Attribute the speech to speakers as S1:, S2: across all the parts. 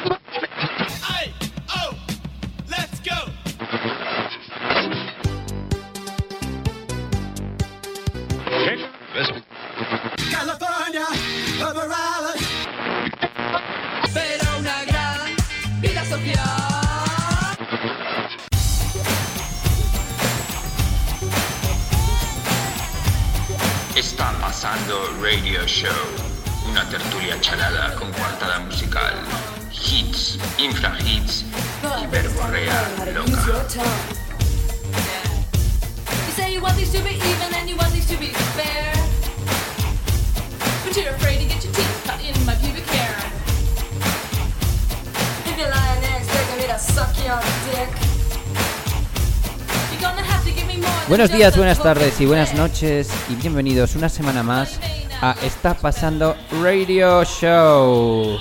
S1: Hey, oh, let's go. California, Rhode Island. Será una gran vida social.
S2: Está pasando Radio Show, una tertulia charada con cuartada musical, hits, infrahits y verborrea loca.
S3: You say you want things to be even and you want things to be fair. But you're afraid to get your teeth cut in by pubic hair. If you're lying eggs, they're gonna be to suck your dick. You're gonna have to give me more than
S4: Buenos
S3: just
S4: días,
S3: a
S4: buenas
S3: hook
S4: tardes y
S3: and
S4: buenas
S3: peck.
S4: noches Pues, y bienvenidos una semana más a Está Pasando Radio Show.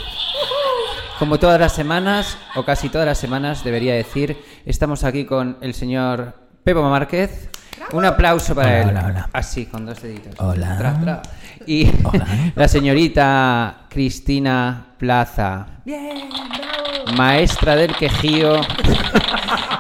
S4: Como todas las semanas, o casi todas las semanas debería decir, estamos aquí con el señor Pepo Márquez. Un aplauso para
S5: Hola,
S4: él.
S5: hola, hola.
S4: Así, con dos deditos.
S5: Hola.
S4: Tra, tra. Y
S5: Hola.
S4: la señorita Cristina Plaza. Maestra del quejío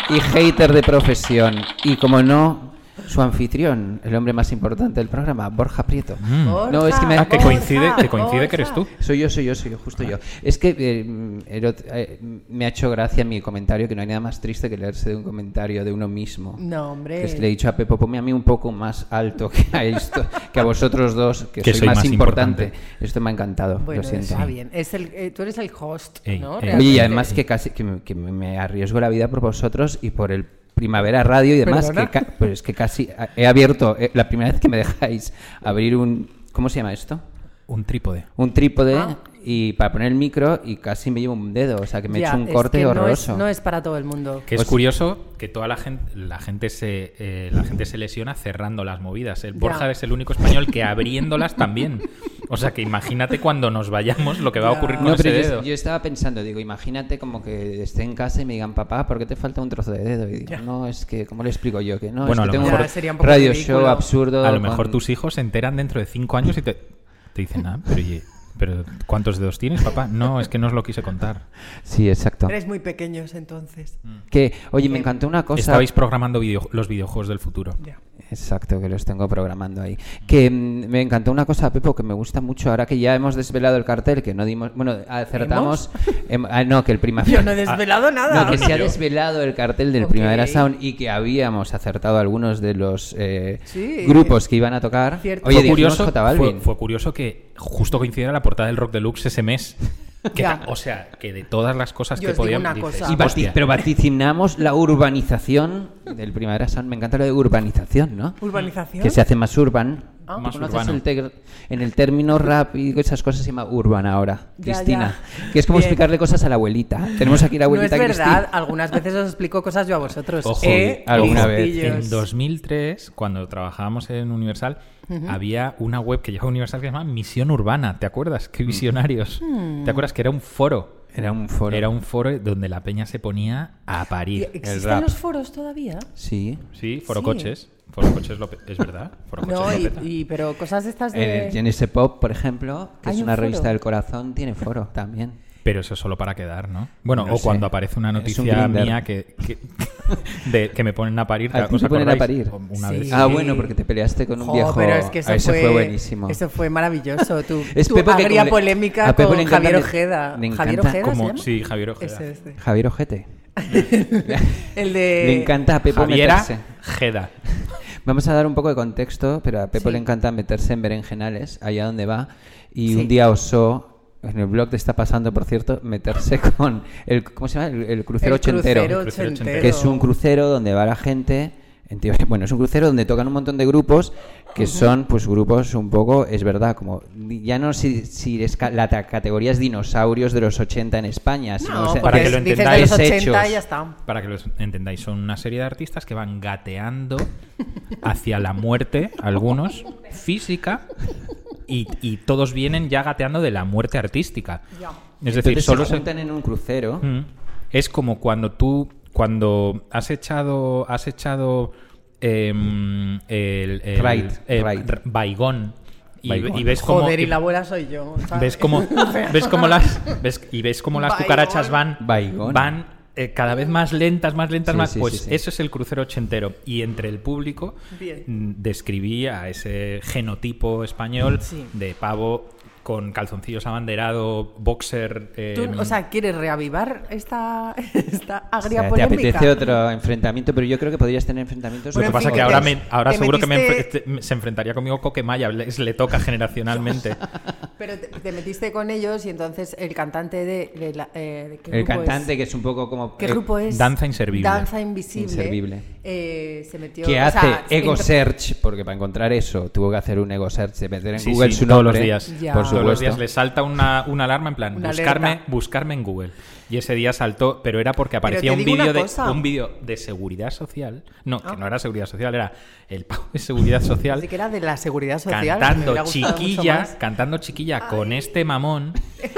S4: y hater de profesión. Y como no, su anfitrión, el hombre más importante del programa, Borja Prieto.
S6: Mm.
S4: No, es que me-
S7: Ah, que
S4: Borja,
S7: coincide, que coincide que eres tú.
S4: Soy yo, soy yo, soy yo, justo yo. Es que eh, mm, el ot- eh, mm, me ha hecho gracia mi comentario, que no hay nada más triste que leerse de un comentario de uno mismo.
S6: No, hombre.
S4: Que es- le he dicho a Pepo, ponme a mí un poco más alto que a esto, que a vosotros dos, que,
S7: Que
S4: soy,
S7: soy
S4: más,
S7: más
S4: importante.
S7: importante.
S4: Esto me ha encantado,
S6: Bueno,
S4: lo siento.
S6: está bien. Es el, eh, tú eres el host,
S7: Ey,
S6: ¿no?
S7: ey.
S6: Realmente.
S4: Oye, Eh, y además que casi que me, que me- me arriesgo la vida por vosotros y por el Primavera Radio y demás, que
S6: ¿Perdona?
S4: ca- pues es que casi a- he abierto, eh, la primera vez que me dejáis abrir un, ¿cómo se llama esto?
S7: Un trípode.
S4: Un trípode
S6: Ah.
S4: y para poner el micro y casi me llevo un dedo, o sea que me he
S6: Ya,
S4: hecho un
S6: es
S4: corte
S6: que no es-
S4: horroroso.
S6: No es, para todo el mundo.
S7: Que es
S4: O sea-
S7: curioso que toda la gente, la gente se, eh, la gente se lesiona cerrando las movidas. El Borja
S6: Ya.
S7: es el único español que abriéndolas también. O sea que imagínate cuando nos vayamos lo que va a ocurrir con
S4: No,
S7: ese
S4: pero
S7: dedo.
S4: yo, yo estaba pensando, digo, imagínate como que esté en casa y me digan, papá, ¿por qué te falta un trozo de dedo? Y digo, no, es que, ¿cómo le explico yo? Que no,
S7: Bueno, a
S4: es que
S7: lo
S4: tengo
S7: mejor-
S4: un
S6: Ya, sería un poco
S4: radio
S6: ridículo.
S4: show absurdo.
S7: A lo mejor
S4: con-
S7: tus hijos se enteran dentro de cinco años y te, te dicen, ah, pero oye, pero ¿cuántos dedos tienes, papá? No, es que no os lo quise contar.
S4: Sí, exacto.
S6: Eres muy pequeños entonces.
S7: Mm.
S4: Que, oye, me encantó una cosa.
S7: Estabais programando video- los videojuegos del futuro.
S4: Exacto, que los tengo programando ahí. Que mm, me encantó una cosa, Pepo, que me gusta mucho. Ahora que ya hemos desvelado el cartel, que no dimos. Bueno, acertamos. em, ah, no, que el
S6: Yo
S4: Primavera.
S6: no he desvelado nada.
S4: Ah, No, que se ha desvelado el cartel del
S6: Ok.
S4: Primavera Sound y que habíamos acertado algunos de los eh,
S6: Sí.
S4: grupos que iban a tocar.
S6: Cierto.
S4: Oye,
S7: fue,
S4: dijimos
S7: curioso,
S4: J
S7: fue,
S4: Balvin.
S7: fue curioso que justo coincidiera la portada del Rock Deluxe ese mes. Que
S6: Ya.
S7: ta- o sea, que de todas las cosas
S6: Yo
S7: que
S6: os digo
S7: podían
S6: una
S7: dices,
S6: cosa.
S4: Y vati-
S7: hostia.
S4: pero vaticinamos la urbanización del Primavera Sound. Me encanta lo de urbanización, ¿no?
S6: Urbanización.
S4: Que se hace más urban.
S7: Ah.
S4: ¿Tú
S7: Más
S4: conoces
S7: urbano.
S4: el tec- en el término rap y esas cosas se llama urban ahora,
S6: Ya,
S4: Cristina.
S6: ya.
S4: Que es como
S6: Bien.
S4: explicarle cosas a la abuelita. Tenemos aquí la
S6: No es
S4: abuelita
S6: verdad,
S4: Cristina.
S6: algunas veces os explico cosas yo a vosotros.
S7: Ojo,
S6: Eh,
S4: alguna vez.
S6: listillos.
S7: En 2003, cuando trabajábamos en Universal, había una web que llegaba a Universal que se llamaba Misión Urbana. ¿Te acuerdas?
S4: Mm.
S7: ¡Qué visionarios!
S6: Mm.
S7: ¿Te acuerdas que era un foro?
S4: Era un foro.
S7: Era un foro donde la peña se ponía a
S6: ¿Y
S7: parir el
S6: ¿Existen
S7: rap.
S6: los foros todavía?
S4: Sí.
S7: Sí, foro
S6: Sí.
S7: coches. Foro coches lo pe- es verdad. Foro coches
S6: No,
S7: lo
S6: y,
S7: peta.
S6: y- pero cosas de estas
S4: En el
S6: de...
S4: Genesis Pop, Eh, por ejemplo, que
S6: Hay
S4: es
S6: un
S4: una
S6: foro.
S4: revista del corazón, tiene foro también.
S7: Pero eso es solo para quedar, ¿no? Bueno,
S4: No
S7: o
S4: sé.
S7: cuando aparece una
S4: Es un
S7: noticia
S4: Grindr.
S7: mía que, que, de- que me ponen a parir.
S4: ¿A ti
S7: ¿os
S4: te ponen a
S7: acordáis?
S4: parir?
S7: Una
S6: Sí.
S7: vez.
S4: Ah, bueno, porque te peleaste con un
S6: Jo,
S4: viejo.
S6: pero es que eso,
S4: Ah, ese fue, buenísimo.
S6: Eso fue maravilloso. Tu,
S4: Es
S6: tu
S4: Pepo que
S6: agria
S4: como le-
S6: polémica
S4: a Pepo le
S6: con
S4: encanta
S6: Javier
S4: le-
S6: Ojeda.
S4: le
S6: ¿Javier
S4: encanta
S6: Ojeda se
S7: Como,
S6: llama?
S7: sí, Javier Ojeda.
S6: Ese, ese.
S4: Javier Ojete.
S6: El de...
S4: Le encanta a Pepo
S7: Javiera
S4: meterse.
S7: Jeda.
S4: Vamos a dar un poco de contexto, pero a Pepo
S6: Sí.
S4: le encanta meterse en berenjenales, allá donde va, y
S6: Sí.
S4: un día osó, en el blog te está pasando, por cierto, meterse con el, ¿cómo se llama? El, el crucero
S6: El
S4: ochentero,
S6: crucero
S7: Crucero
S6: ochentero.
S7: ochentero.
S4: que es un crucero donde va la gente, en teoría- bueno, es un crucero donde tocan un montón de grupos, que son pues grupos un poco, es verdad, como, ya no si, si es ca- la ta- categoría es dinosaurios de los 80 en España, sino
S6: No,
S4: o sea,
S7: para
S6: porque
S7: que lo
S6: dices de
S7: entendáis,
S6: los 80
S4: hechos.
S6: y ya está.
S7: Para que lo entendáis, son una serie de artistas que van gateando hacia la muerte, algunos, física, y, y todos vienen ya gateando de la muerte artística. Es decir,
S4: Entonces
S7: solo
S4: se
S7: se,
S4: juntan en un crucero.
S7: Mm. Es como cuando tú, cuando has echado, has echado em, el, el-
S4: Raid,
S7: el
S4: raid.
S7: r- baigón Y,
S4: Baigón.
S7: y ves cómo
S6: Joder, y
S7: y-
S6: la abuela soy yo. ¿sabes?
S7: ves cómo ves cómo las ves- y ves cómo las
S6: Baigón.
S7: cucarachas van
S4: Baigón.
S7: van eh, cada vez más lentas, más lentas,
S4: Sí,
S7: más.
S4: sí,
S7: pues
S4: sí, sí.
S7: eso es el crucero ochentero. Y entre el público
S6: Bien.
S7: mm, describí a ese genotipo español
S6: Sí.
S7: de pavo con calzoncillos abanderado, boxer. eh,
S6: Tú, o sea, ¿quieres reavivar esta, esta
S4: O
S6: agria
S4: sea, te
S6: polémica?
S4: apetece otro enfrentamiento, pero yo creo que podrías tener enfrentamientos.
S7: Lo
S6: Bueno,
S7: que
S6: en
S7: pasa
S6: fin,
S7: que ahora,
S6: te-
S7: me, ahora
S6: te
S7: seguro que me
S6: metiste-
S7: enfre- te- me- se enfrentaría conmigo Coquemaya, les le toca generacionalmente.
S6: Pero te, te metiste con ellos y entonces el cantante de... de la- eh, ¿de qué
S4: el
S6: grupo es?
S4: cantante que es un poco como
S6: ¿Qué
S4: eh,
S6: grupo es?
S7: Danza Inservible.
S6: Danza Invisible.
S4: Inservible.
S6: Eh, se metió...
S4: que
S6: o
S4: hace
S6: sea,
S4: ego
S6: entró-
S4: search porque para encontrar eso tuvo que hacer un ego search de meter en
S7: Sí,
S4: Google
S7: sí,
S4: su
S7: todos
S4: nombre
S7: los días.
S6: Ya.
S4: por
S7: Todos los
S4: supuesto
S7: días le salta una, una alarma en plan
S6: Una
S7: buscarme,
S6: alerta.
S7: buscarme en Google. Y ese día saltó, pero era porque
S6: te
S7: aparecía un
S6: digo una
S7: vídeo de
S6: cosa. Ah.
S7: un vídeo de seguridad social. No, que no era seguridad social, era el pavo de seguridad social
S6: Así que era de la seguridad social. me hubiera
S7: cantando
S6: gustado mucho
S7: chiquilla,
S6: más.
S7: cantando chiquilla con este mamón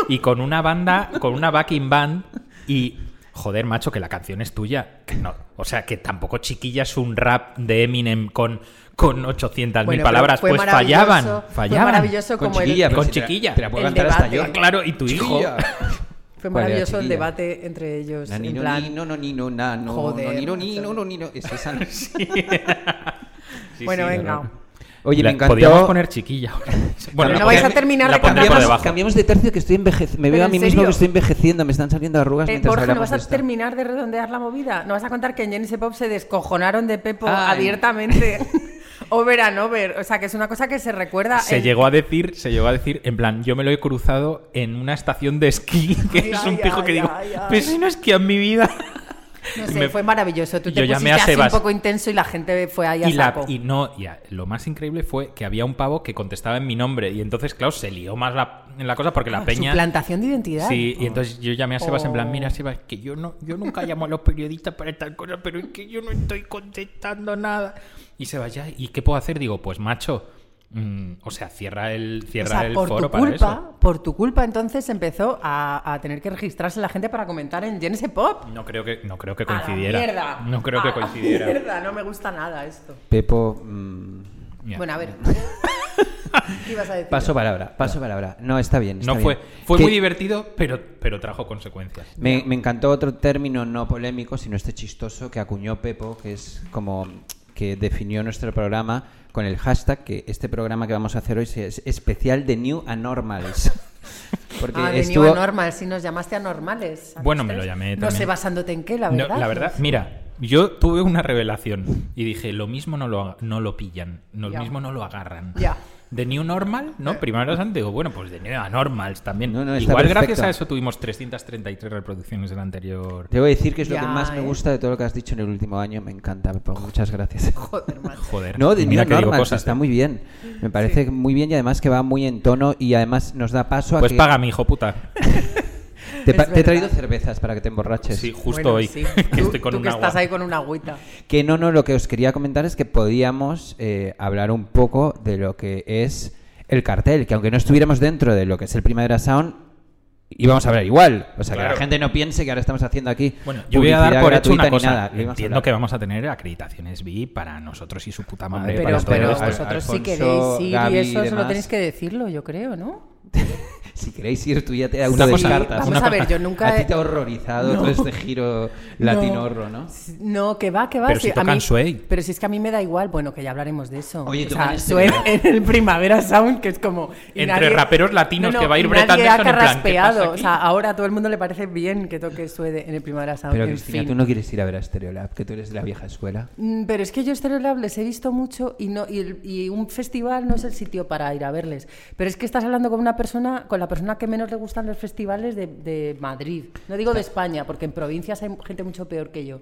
S7: y con una banda, con una backing band y joder, macho, que la canción es tuya. Que no, o sea, que tampoco chiquilla es un rap de Eminem con con 800.000
S6: Bueno, pero
S7: palabras,
S6: fue
S7: pues
S6: maravilloso,
S7: fallaban,
S6: fue
S7: fallaban.
S6: maravilloso como el-
S4: chiquilla, pero
S7: Con
S4: si te la-
S7: chiquilla.
S4: te la puedo
S6: El
S4: cantar hasta
S6: debate.
S4: yo
S7: Claro, y tu hijo. pues,
S6: Fue
S4: ¿Cuál era,
S6: maravilloso el
S4: chiquilla?
S6: debate entre ellos.
S4: Na,
S6: en
S4: ni, no,
S6: plan,
S4: ni, no, no, ni, no, na, no,
S6: Joder,
S4: no, ni, no,
S6: macho.
S4: ni, no, no, ni, no. Es esa, no.
S7: Sí,
S6: bueno,
S7: sí,
S6: venga. Eh,
S7: horror.
S4: Oye,
S7: La-
S4: me encantó.
S7: Podríamos poner chiquilla. ahora. Bueno,
S6: Pero
S7: la
S6: no vais a
S7: pondré-
S6: terminar de
S7: la pondré por
S6: cambiar.
S7: debajo.
S4: cambiamos de tercio que estoy envejeciendo. Me
S6: Pero
S4: veo a
S6: en
S4: mí mismo
S6: serio.
S4: que estoy envejeciendo. Me están saliendo arrugas
S6: Eh,
S4: mientras
S6: Borja, ¿no
S4: hablamos
S6: vas
S4: de
S6: a
S4: esto.
S6: terminar de redondear la movida? ¿No vas a contar que en Jenny Pop se descojonaron de Pepo
S4: Ay.
S6: abiertamente? over and over. O sea, que es una cosa que se recuerda.
S7: Se
S6: en-
S7: llegó a decir, se llegó a decir, en plan, yo me lo he cruzado en una estación de esquí, que
S6: Ay,
S7: es un
S6: ay,
S7: pijo que
S6: ay,
S7: digo,
S6: ay, ay.
S7: pero si no esquí en mi vida.
S6: No
S7: y
S6: sé,
S7: me-
S6: fue maravilloso. Tú te
S7: Yo
S6: pusiste
S7: llamé a
S6: así un
S7: Sebas.
S6: poco intenso y la gente fue ahí a
S7: Y, la-
S6: saco.
S7: y no, y a- lo más increíble fue que había un pavo que contestaba en mi nombre, y entonces, claro, se lió más la, la cosa porque la peña.
S6: Ah, Su plantación de identidad.
S7: Sí, y entonces yo llamé a Sebas en plan,
S6: Oh.
S7: mira Sebas, que yo no, yo nunca llamo a los periodistas para tal cosa, pero es que yo no estoy contestando nada. Y Sebas, ya, ¿y qué puedo hacer? Digo, pues macho, mm, o sea, cierra el,
S6: O
S7: cierra
S6: sea,
S7: el
S6: por
S7: foro
S6: tu
S7: para eso.
S6: culpa, por tu culpa entonces empezó a, a tener que registrarse la gente para comentar en Jenny Pop.
S7: No creo que, no creo que
S6: A la
S7: coincidiera.
S6: mierda.
S7: No creo
S6: A
S7: que
S6: la
S7: coincidiera.
S6: mierda, no me gusta nada esto.
S4: Pepo. mm,
S7: Mira,
S6: Bueno, a ver. ¿Qué ibas a decir?
S4: Paso palabra, paso palabra. No, está bien. está
S7: no fue,
S4: bien.
S7: fue
S4: Que
S7: muy divertido, pero, pero trajo consecuencias.
S4: Me, me encantó otro término no polémico, sino este chistoso que acuñó Pepo, que es como que definió nuestro programa con el hashtag que este programa que vamos a hacer hoy se- es especial de New Anormals. Porque
S6: ah, de
S4: estuvo,
S6: New Anormal, si nos llamaste anormales. a
S7: Bueno,
S6: los
S7: me lo
S6: tres.
S7: llamé
S6: No sé
S7: también.
S6: basándote en qué, la
S7: No,
S6: verdad.
S7: mira, yo tuve una revelación y dije, lo mismo no lo, aga- no lo pillan, no,
S6: Ya.
S7: lo mismo no lo agarran.
S6: Ya.
S7: De New Normal, ¿no? Primero antes digo, bueno, pues de New Anormals también.
S4: Eh. No, no, está
S7: Igual
S4: perfecto.
S7: gracias a eso tuvimos 333 reproducciones del anterior.
S4: Debo decir que es lo
S6: Ya,
S4: que más me
S6: eh.
S4: gusta de todo lo que has dicho en el último año. Me encanta, Pepo. Muchas gracias.
S6: Joder, macho.
S7: Joder.
S4: No, de
S7: y mira
S4: New
S7: que digo
S4: Anormals
S7: cosas,
S4: está
S7: ¿eh?
S4: muy bien. Me parece que muy bien y además que va muy en tono y además nos da paso a
S7: Pues
S4: que...
S7: paga mi hijo puta.
S4: Te,
S6: Es
S4: pa- te he traído
S6: verdad.
S4: cervezas para que te emborraches.
S7: Sí, justo
S6: Bueno,
S7: hoy.
S6: sí.
S7: Que
S6: Tú-
S7: estoy con
S6: tú
S7: un
S6: que
S7: agua.
S6: estás ahí con una agüita.
S4: Que no, no, lo que os quería comentar es que podíamos eh, hablar un poco de lo que es el cartel, que aunque no estuviéramos dentro de lo que es el Primavera Sound, íbamos a hablar igual. O sea, que
S7: Claro.
S4: la gente no piense que ahora estamos haciendo aquí
S7: Bueno, yo voy a dar
S4: publicidad
S7: por hecho una
S4: gratuita ni
S7: cosa.
S4: nada. Lo íbamos a
S7: Entiendo
S4: hablar.
S7: que vamos a tener acreditaciones VIP para nosotros y su puta madre.
S4: Hombre,
S6: Pero,
S7: para
S6: pero
S7: todo esto.
S4: Al-
S6: vosotros sí
S4: Alfonso,
S6: queréis ir
S4: Gaby
S6: y
S4: y
S6: eso solo
S4: demás.
S6: tenéis que decirlo, yo creo, ¿no?
S4: Si queréis ir, tú ya te da una
S7: Sí,
S4: de las
S7: vamos
S4: cartas.
S6: a ver, yo nunca
S4: A ti
S6: he-
S4: te ha horrorizado todo este giro latinorro, ¿no?
S6: No, que va, que va.
S7: Pero si
S6: a
S7: tocan
S6: mí-
S7: Suey.
S6: Pero si es que a mí me da igual, bueno, que ya hablaremos de eso.
S4: Oye,
S6: o
S4: tocan
S6: sea,
S4: este
S6: Suey
S4: verano.
S6: en el Primavera Sound, que es como... y
S7: Entre raperos latinos que va a ir
S6: y
S7: Bret
S6: nadie
S7: Anderson
S6: ha
S7: en plan, ¿qué pasa
S6: carraspeado. O
S7: aquí?
S6: sea, ahora a todo el mundo le parece bien que toque Suey de- en el Primavera Sound.
S4: Pero
S6: en
S4: Cristina,
S6: fin.
S4: tú no quieres ir a ver a Stereolab, que tú eres de la vieja escuela.
S6: Mm, Pero es que yo Stereolab les he visto mucho y, no, y, el- y un festival no es el sitio para ir a verles. Pero es que estás hablando con una persona, con la persona que menos le gustan los festivales de, de Madrid. No digo de España, porque en provincias hay gente mucho peor que yo.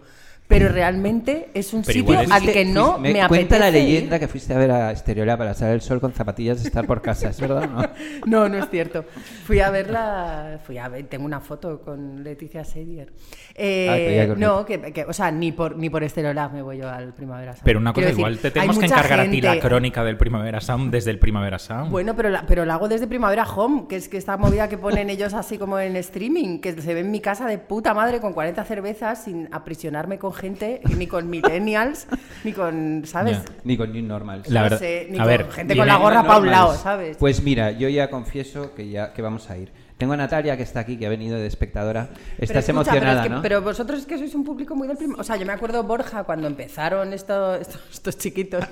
S6: Pero realmente es un
S7: Pero
S6: sitio
S7: igual es-
S6: al que no me,
S4: me
S6: apetece
S4: Cuenta la
S6: ir.
S4: leyenda que fuiste a ver a Stereolab a la sala del sol con zapatillas de estar por casa, ¿es verdad o no?
S6: No, no es cierto. Fui a verla, fui a ver, tengo una foto con Leticia Sedier. Eh,
S4: Ah, creía que os
S6: no, que, que- o sea, ni por ni por Stereolab me voy yo al Primavera Sound.
S7: Pero una cosa
S6: Quiero decir,
S7: igual, te
S6: hay
S7: tenemos que
S6: mucha
S7: encargar a ti la
S6: gente-
S7: crónica del Primavera Sound desde el Primavera Sound.
S6: Bueno, pero la, pero la hago desde Primavera Home, que es que esta movida que ponen ellos así como en streaming, que se ve en mi casa de puta madre con 40 cervezas sin aprisionarme con gente, ni con millennials, ni con, ¿sabes?
S7: Ya.
S4: Ni con New Normals.
S7: La
S6: No
S7: verdad.
S6: sé, ni
S7: a
S6: con
S7: ver,
S6: gente
S7: viene-
S6: con la gorra pa' un lado,
S4: Normals.
S6: ¿sabes?
S4: Pues mira, yo ya confieso que ya que vamos a ir. Tengo a Natalia que está aquí, que ha venido de espectadora.
S6: Pero
S4: Estás
S6: escucha,
S4: emocionada,
S6: pero es que-
S4: ¿no?
S6: Pero vosotros es que sois un público muy del primavera. O sea, yo me acuerdo Borja cuando empezaron esto- esto- estos chiquitos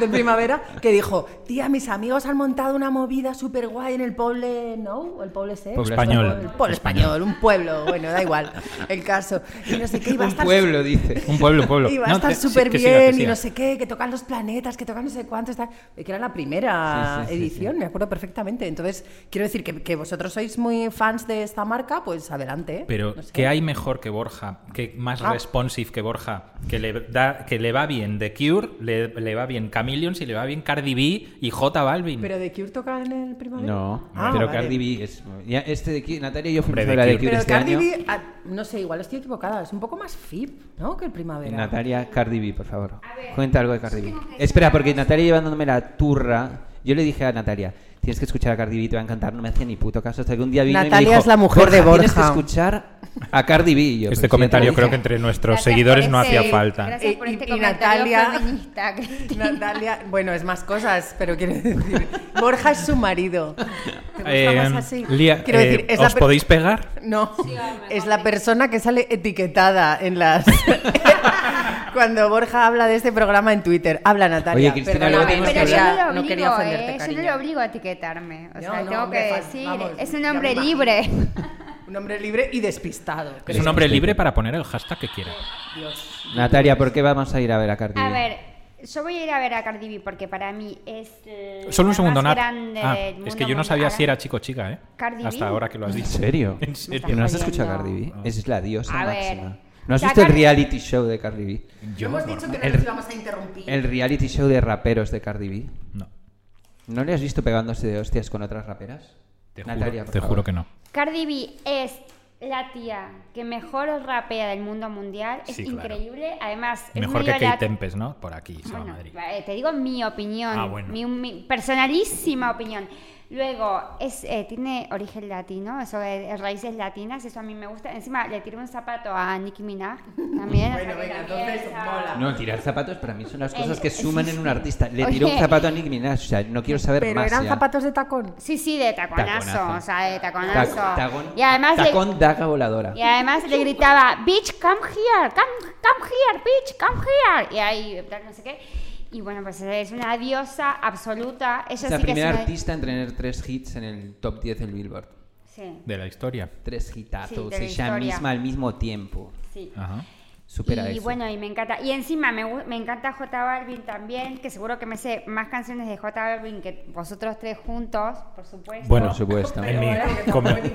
S6: de primavera, que dijo, tía, mis amigos han montado una movida súper guay en el pueblo, ¿no? ¿O el pueblo ese?
S7: Pueblo español.
S6: El pueblo español, un pueblo, bueno, da igual el caso. Y no sé qué, iba a
S4: Un
S6: estar...
S4: pueblo, dice.
S7: Un pueblo, un pueblo.
S6: Iba a
S7: No,
S6: estar
S7: que- sí,
S6: súper
S7: que
S6: bien
S7: siga, que
S6: y
S7: siga.
S6: no sé qué, que tocan los planetas, que tocan no sé cuántos, tal. que era la primera
S4: Sí, sí, sí,
S6: edición,
S4: sí.
S6: me acuerdo perfectamente. Entonces, quiero decir que, que vosotros sois muy fans de esta marca, pues adelante. ¿eh?
S7: Pero
S6: No sé.
S7: ¿qué hay mejor que Borja? ¿Qué más
S6: Ah.
S7: responsive que Borja? Que le, da, que le va bien The Cure, le, le va bien Chameleons y le va bien Cardi B y J Balvin.
S6: ¿Pero de Cure toca en el primavera?
S4: Mm. No,
S6: Ah,
S4: pero
S6: vale.
S4: Cardi B es... ya este de aquí, Natalia y yo
S7: Hombre,
S4: fuimos a
S7: de
S4: la
S7: Cure.
S4: de Cure
S6: Pero
S4: este
S6: Cardi
S4: año.
S6: B, ah, no sé, igual estoy equivocada, es un poco más fit, ¿no? Que el primavera.
S4: Natalia, Cardi B, por favor. Cuenta algo de Cardi B. Espera, porque Natalia llevándome la turra, yo le dije a Natalia, tienes que escuchar a Cardi B, te va a encantar, no me hacía ni puto caso hasta que un día vino y me
S6: Natalia
S4: dijo,
S6: es la mujer de
S4: Tienes que
S6: Borja".
S4: escuchar a Cardi B. Y yo, "Pero si ya
S7: este
S4: te
S7: comentario
S4: lo
S7: creo que
S4: dije".
S7: entre nuestros
S5: Gracias
S7: seguidores
S5: por
S7: no
S5: ese-
S7: hacía falta.
S5: Gracias por
S6: Y-
S5: este
S6: y
S5: comentario
S6: Natalia-
S5: feminista, Cristina.
S6: Natalia, bueno, es más cosas, pero quiero decir, Borja es su marido. ¿Te gusta
S7: Eh,
S4: Em,
S6: más así?
S7: Lía,
S6: quiero
S7: eh,
S6: decir, es la
S7: ¿Os
S6: per-
S7: podéis pegar?
S6: No, es la persona que sale etiquetada en las. Cuando Borja habla de este programa en Twitter, habla
S4: Oye,
S6: Natalia.
S4: Cristina,
S6: perdóname,
S4: luego
S5: No,
S4: tenemos
S5: pero
S4: que
S5: yo
S4: hablar-
S5: no
S6: no
S5: lo obligo,
S6: quería ofenderte,
S5: eh, yo no
S6: cariño.
S5: lo obligo a etiquetarme. O
S6: No,
S5: sea,
S6: no,
S5: tengo
S6: hombre,
S5: que
S6: fal-
S5: decir,
S6: vamos,
S5: es un
S6: ya me
S5: hombre
S6: imagino.
S5: libre.
S6: Un hombre libre y despistado.
S7: Es un hombre libre para poner el hashtag que quiera.
S6: Dios.
S4: Natalia, ¿por qué vamos a ir a ver a Cardi B?
S5: A ver, yo voy a ir a ver a Cardi B porque para mí es eh,
S7: Solo un
S5: la
S7: segundo, Nat.
S5: más grande
S7: Ah,
S5: del
S7: es
S5: mundo
S7: que yo no sabía
S5: mundial.
S7: si era chico o chica, ¿eh?
S5: Cardi B.
S7: Hasta ahora que lo has
S4: ¿En
S7: dicho.
S4: serio?
S7: En serio.
S4: ¿Que no has escuchado a Cardi
S5: jodiendo.
S4: B? Es la diosa
S5: A ver.
S4: máxima. ¿No has
S5: O sea,
S4: visto el
S5: Cardi-
S4: reality show de Cardi B?
S7: Yo,
S6: hemos dicho que no
S4: El-
S6: nos íbamos a interrumpir.
S4: El reality show de raperos de Cardi B.
S7: no.
S4: ¿No le has visto pegándose de hostias con otras raperas?
S7: Te,
S4: Natalia,
S7: juro,
S4: por
S7: te
S4: favor.
S7: juro que no.
S5: Cardi B es la tía que mejor rapea del mundo mundial. Es
S7: Sí, claro.
S5: increíble. Además, es
S7: Mejor que
S5: medio
S7: Kate
S5: la-
S7: Tempest, ¿no? Por aquí, se va a
S5: Bueno,
S7: Madrid.
S5: eh, te digo mi opinión,
S7: Ah, bueno.
S5: mi, mi personalísima opinión. Luego, es, eh, tiene origen latino, eso de de raíces latinas, eso a mí me gusta. Encima le tiré un zapato a Nicki Minaj también. o sea
S6: Bueno,
S5: que
S6: venga,
S5: también
S6: entonces
S5: esa-
S6: mola.
S4: No, tirar zapatos para mí son las cosas
S5: El-
S4: que
S5: sí,
S4: suman
S5: sí.
S4: en un artista. Le tiró un
S5: Eh, Oye.
S4: zapato a Nick Minaj, o sea, no quiero saber
S6: Pero
S4: más.
S6: eran
S4: ya.
S6: zapatos de tacón.
S5: Sí, sí, de taconazo,
S7: Taconazo.
S5: o sea, de
S4: Ta-
S5: taconazo.
S4: tagón-
S5: y además le-
S4: tacón daga voladora.
S5: Y además le gritaba, bitch, come here, come, come here, bitch, come here. Y ahí, tal, no sé qué. Y bueno, pues es una diosa absoluta. Ella
S4: es la
S5: sí que es
S4: primera
S5: una...
S4: artista en tener tres hits en el top 10 del Billboard.
S5: Sí,
S7: De la historia.
S4: Tres hitazos,
S5: Sí, de la
S4: ella
S5: historia.
S4: misma al mismo tiempo.
S5: sí.
S7: Ajá.
S4: Supera
S5: y
S4: eso.
S5: bueno, y me encanta. Y encima me, gu- me encanta J Balvin también, que seguro que me sé más canciones de J Balvin que vosotros tres juntos, por supuesto.
S7: Bueno,
S4: Por supuesto.
S7: en mi- como- vamos,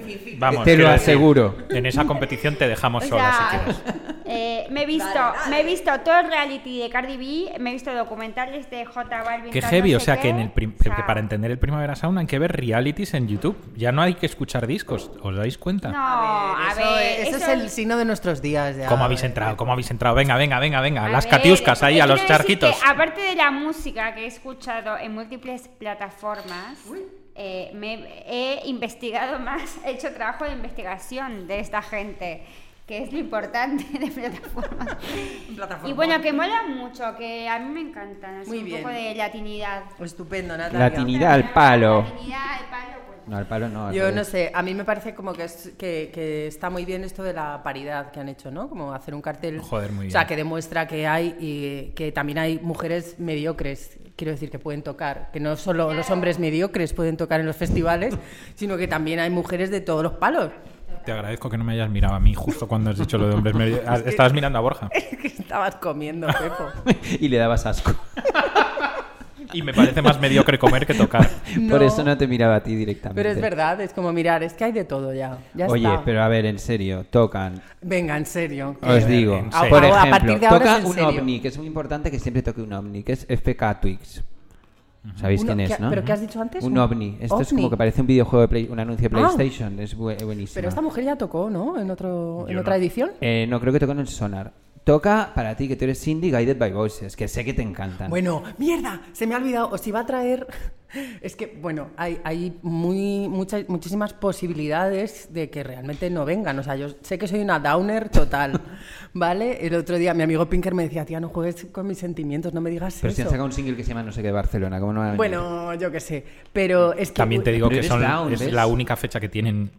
S4: Te lo
S7: quiero decir,
S4: aseguro.
S7: En esa competición te dejamos
S5: O
S7: sola
S5: sea,
S7: si quieres.
S5: eh, me he visto, me he visto todo el reality de Cardi B, me he visto documentales de J Balvin.
S7: Qué
S5: tal,
S7: heavy,
S5: no
S7: o
S5: sé
S7: sea,
S5: qué.
S7: que, en el prim-
S5: O sea,
S7: que para entender el Primavera Sound hay que ver realities en YouTube. Ya no hay que escuchar discos, ¿os dais cuenta?
S5: No, a
S6: Eso,
S5: ver,
S6: eso es
S5: eso-
S6: el signo de nuestros días. Ya.
S7: ¿Cómo habéis entrado? ¿Cómo habéis entrado? Venga, venga, venga, venga.
S5: A
S7: las
S5: ver,
S7: catiuscas ahí,
S5: yo
S7: a los
S5: quiero decir
S7: charquitos.
S5: que aparte de la música que he escuchado en múltiples plataformas, eh, me he investigado más, he hecho trabajo de investigación de esta gente, que es lo importante de plataformas.
S6: Plataforma.
S5: y bueno, que mola mucho, que a mí me encantan, así
S6: Muy
S5: un
S6: bien.
S5: poco de latinidad.
S6: Estupendo, Natalia.
S4: Latinidad. Mira, al palo.
S5: Latinidad, al palo, pues.
S4: No, al palo no. al
S6: Yo
S4: revés.
S6: no sé, a mí me parece como que, es- que, que está muy bien esto de la paridad que han hecho, ¿no? Como hacer un cartel.
S7: Joder, muy
S6: O sea,
S7: bien.
S6: que demuestra que hay y que también hay mujeres mediocres, quiero decir, que pueden tocar. Que no solo los hombres mediocres pueden tocar en los festivales, sino que también hay mujeres de todos los palos.
S7: Te agradezco que no me hayas mirado a mí justo cuando has dicho lo de hombres medio. Ah, Estabas mirando a Borja.
S6: que estabas comiendo, Pepo.
S4: y le dabas asco.
S7: Y me parece más mediocre comer que tocar.
S4: Por
S6: No.
S4: eso no te miraba a ti directamente.
S6: Pero es verdad, es como mirar, es que hay de todo ya. ya
S4: Oye,
S6: está.
S4: pero a ver, en serio, tocan,
S6: Venga, en serio.
S4: Os
S7: Eh,
S4: digo,
S7: en
S4: por
S6: serio.
S4: ejemplo,
S6: A- a partir de ahora
S4: toca
S6: es en
S4: un
S6: serio.
S4: ovni, que es muy importante que siempre toque un ovni, que es FK Twix. ¿Sabéis
S6: Uno-
S4: quién es,
S6: ¿qué-
S4: no?
S6: pero qué has dicho antes?
S4: Un
S6: Un-
S4: ovni. Esto es como
S6: ovni.
S4: que parece un videojuego, de Play- un anuncio de
S6: Ah.
S4: PlayStation. Es bu- buenísimo.
S6: Pero esta mujer ya tocó, ¿no? En, otro, en
S7: Yo
S6: otra
S7: no.
S6: edición.
S4: Eh, no, creo que tocó en el Sonar. Toca para ti, que tú eres Cindy, Guided by Voices, que sé que te encantan.
S6: Bueno, mierda, se me ha olvidado. Os iba a traer. Es que, bueno, hay, hay muy, muchas, muchísimas posibilidades de que realmente no vengan. O sea, yo sé que soy una downer total, ¿vale? El otro día mi amigo Pinker me decía, tía, no juegues con mis sentimientos, no me digas
S4: Pero si han
S6: eso.
S4: sacado un single que se llama no sé qué de Barcelona, ¿cómo no van a venir?
S6: Bueno, yo qué sé. Pero es que.
S7: También te digo
S4: Pero
S7: que
S4: eres
S7: son,
S4: down,
S7: es
S4: ¿ves?
S7: la única fecha que tienen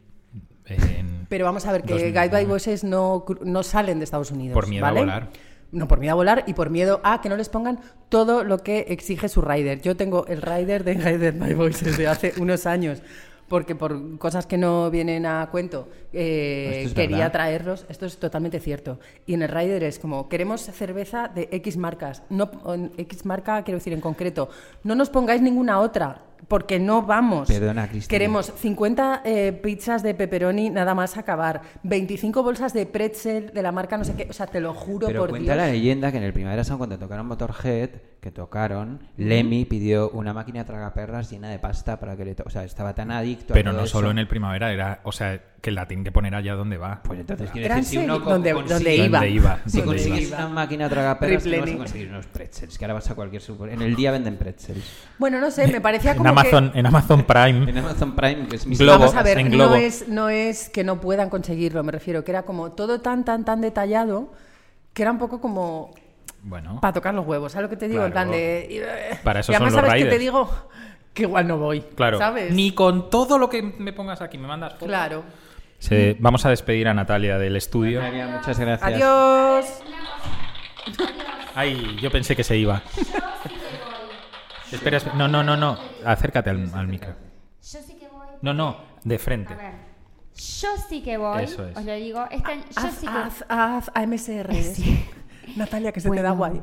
S7: en-
S6: Pero vamos a ver que
S7: 2009.
S6: Guide by Voices no, cru- no salen de Estados Unidos.
S7: Por miedo a
S6: ¿vale?
S7: volar.
S6: No, por miedo a volar y por miedo a que no les pongan todo lo que exige su rider. Yo tengo el rider de Guided by Voices de hace unos años. Porque por cosas que no vienen a cuento, eh,
S4: Esto es
S6: quería
S4: verdad.
S6: traerlos. Esto es totalmente cierto. Y en el rider es como, queremos cerveza de X marcas. No, o en X marca, quiero decir en concreto. No nos pongáis ninguna otra, porque no vamos.
S4: Perdona, Cristina.
S6: Queremos 50 eh, pizzas de pepperoni nada más acabar, 25 bolsas de pretzel de la marca no sé qué, o sea, te lo juro
S4: Pero
S6: por
S4: cuenta
S6: Dios.
S4: la leyenda que en el Primavera Sound, cuando tocaron Motorhead, que tocaron, Lemmy pidió una máquina tragaperras llena de pasta para que le... to- O sea, estaba tan adicto a
S7: Pero
S4: todo
S7: no solo
S4: eso.
S7: en el primavera, era, o sea, que la tienen que poner allá donde va.
S4: Pues entonces quiero
S6: Gran
S4: decir, si
S6: serie.
S4: uno co-
S6: Donde-
S4: consigue-
S6: donde
S7: iba. Donde iba,
S4: Si
S7: donde
S4: consigues
S6: iba.
S4: una máquina tragaperras, no vas a
S6: Replening.
S4: conseguir unos pretzels, que ahora vas a cualquier super... En el día venden pretzels.
S6: Bueno, no sé, me parecía
S7: En
S6: como
S7: Amazon, en Amazon Prime.
S4: En Amazon Prime, que es mi...
S6: que...
S7: Globo,
S6: Vamos a ver,
S7: en
S6: no
S7: Globo.
S6: es, no es que no puedan conseguirlo, me refiero, que era como todo tan, tan, tan detallado, que era un poco como
S7: Bueno,
S6: para tocar los huevos, ¿sabes lo que te digo? En plan
S7: Claro.
S6: de... eh,
S7: Para eso
S6: y además,
S7: son los
S6: ¿sabes que te
S7: riders.
S6: digo? Que igual no voy,
S7: claro.
S6: ¿sabes?
S7: Ni con todo lo que me pongas aquí, me mandas fotos.
S6: Claro.
S7: Se- vamos a despedir a Natalia del estudio.
S4: María, muchas gracias.
S6: Adiós.
S7: Ay, yo pensé que se iba. Espera, espera. no, no, no, no. Acércate al, al micro.
S5: pues, Yo sí que voy.
S7: No, no, de
S5: A
S7: frente.
S5: ver. Yo sí que voy.
S7: Eso es.
S5: Os lo digo.
S6: Ah,
S5: Este año- yo
S6: Haz,
S5: sí que
S6: haz, haz AMSR. Natalia, que se te da guay.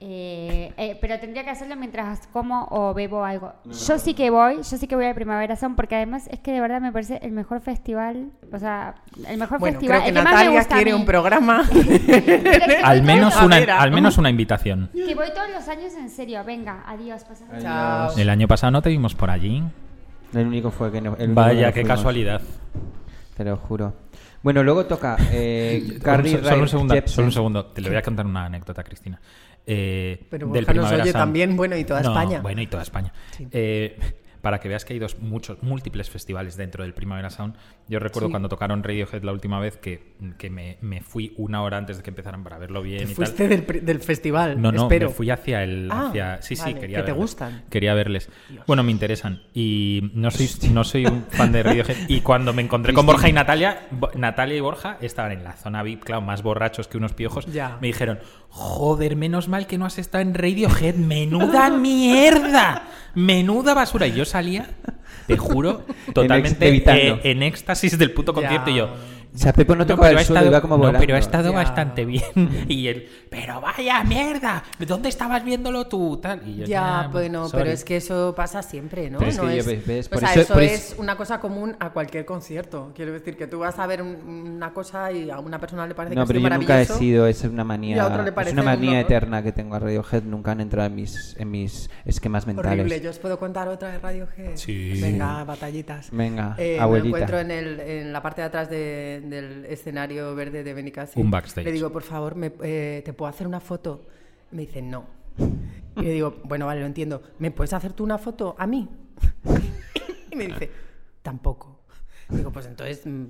S5: Eh, eh, pero tendría que hacerlo mientras como o bebo algo. Yo sí que voy, yo sí que voy a Primavera Sound porque además es que de verdad me parece el mejor festival, o sea, el mejor
S6: Bueno,
S5: festival.
S6: creo que
S5: el que más me
S6: Natalia
S5: gusta a
S6: quiere
S5: mí.
S6: un programa.
S5: Pero que
S6: Ah,
S7: Al
S5: voy
S7: menos
S5: todos-
S7: una,
S6: A ver, a-
S7: al menos una invitación.
S5: Que voy todos los años en serio. Venga, adiós, pasad mucho.
S6: Chao.
S7: El año pasado no te vimos por allí.
S4: El único fue que no... el único que
S7: Vaya,
S4: no
S7: qué
S4: fuimos.
S7: casualidad.
S4: Te lo juro. Bueno, luego toca eh, Carly
S7: Solo- solo, un
S4: Rae
S7: segundo,
S4: Jepsen.
S7: solo un segundo. Te le voy a contar una anécdota, Cristina. Eh,
S6: Pero
S7: del
S6: Borja nos
S7: Primavera
S6: oye
S7: Sound.
S6: también, bueno, y toda
S7: No,
S6: España.
S7: Bueno, y toda España. Eh, para que veas que hay dos muchos, múltiples festivales dentro del Primavera Sound. Yo recuerdo cuando tocaron Radiohead la última vez que, que me, me fui una hora antes de que empezaran para verlo bien
S6: Te
S7: y
S6: fuiste
S7: tal.
S6: del, pri- del festival.
S7: No, no,
S6: espero.
S7: me fui hacia el.
S6: Ah,
S7: hacia- sí, sí,
S6: vale,
S7: quería
S6: que te
S7: verles.
S6: gustan.
S7: Quería verles. Bueno, me interesan. Y no soy, no soy un fan de Radiohead. Y cuando me encontré con Borja y Natalia, Bo- Natalia y Borja estaban en la zona VIP, claro, más borrachos que unos piojos.
S6: Ya.
S7: Me dijeron, joder, menos mal que no has estado en Radiohead. Menuda mierda. Menuda basura. Y yo salía, te juro, totalmente eh,
S4: levitando.
S7: en éxtasis del puto concierto. Y yo,
S4: O sea, Pepo no tocaba
S7: pero
S4: el
S7: ha
S4: suelo,
S7: estado-
S4: iba como
S7: no,
S4: volando.
S7: pero ha estado
S6: Ya.
S7: bastante bien. Y él, pero vaya mierda, ¿dónde estabas viéndolo tú? Tal. Y yo,
S6: Ya,
S7: "Nah,
S6: bueno,
S7: sorry".
S6: pero es que eso pasa siempre, ¿no?
S4: Pero es
S6: No
S4: que ya ves- ves,
S6: o
S4: por
S6: sea,
S4: eso-
S6: eso,
S4: por
S6: es
S4: eso-
S6: una cosa común a cualquier concierto. Quiero decir que tú vas a ver un- una cosa y a una persona le parece
S4: No,
S6: que
S4: pero
S6: es
S4: yo nunca he
S6: maravilloso.
S4: sido, es una
S6: Y a
S4: manía,
S6: otro le
S4: es
S6: parece
S4: una
S6: un
S4: manía
S6: horror.
S4: eterna que tengo a Radiohead, nunca han entrado en mis, en mis esquemas mentales.
S6: Horrible, yo os puedo contar otra de Radiohead.
S7: Sí.
S6: Venga, batallitas.
S4: Venga,
S6: Eh, me
S4: abuelita.
S6: encuentro en, el- en la parte de atrás de- del escenario verde de Benicassim.
S7: Un backstage.
S6: Le digo, por favor, me, eh, ¿te puedo hacer una foto? Me dice, no. Y le digo, bueno, vale, lo entiendo. ¿Me puedes hacer tú una foto a mí? Y me dice, tampoco. Digo, pues entonces, mm,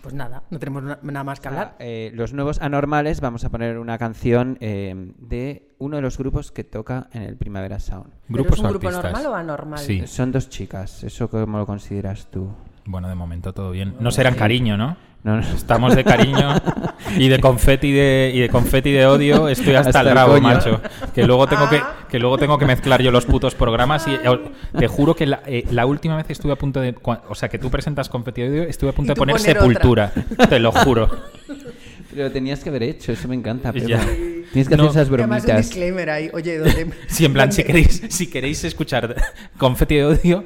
S6: pues nada, no tenemos na- nada más que hablar.
S4: Ah, eh, los nuevos anormales, vamos a poner una canción eh, de uno de los grupos que toca en el Primavera Sound.
S6: ¿Pero
S7: Grupos
S6: es un grupo
S7: artistas.
S6: normal o anormal?
S7: Sí.
S4: Son dos chicas, ¿eso cómo lo consideras tú?
S7: Bueno, de momento todo bien. No serán cariño, ¿no?
S4: No, no.
S7: Estamos de cariño y de confeti de, y de confeti de odio. Estoy hasta,
S4: Hasta
S7: el
S4: el
S7: rabo,
S4: coño.
S7: macho. Que luego tengo que,
S6: Ah.
S7: que luego tengo que mezclar yo los putos programas y eh, te juro que la, eh, la última vez estuve a punto de, cua- o sea, que tú presentas confeti de odio, estuve a punto de
S6: Y tú
S7: poner,
S6: poner
S7: sepultura. Te lo juro.
S4: Pero tenías que haber hecho, eso me encanta. Pero
S7: Ya.
S4: Tienes que
S7: No.
S4: hacer esas
S6: Y Además, un
S4: bromitas.
S6: disclaimer ahí, oye, ¿dónde?
S7: Sí, en plan,
S6: dónde-
S7: si queréis, si queréis escuchar Confeti de Odio,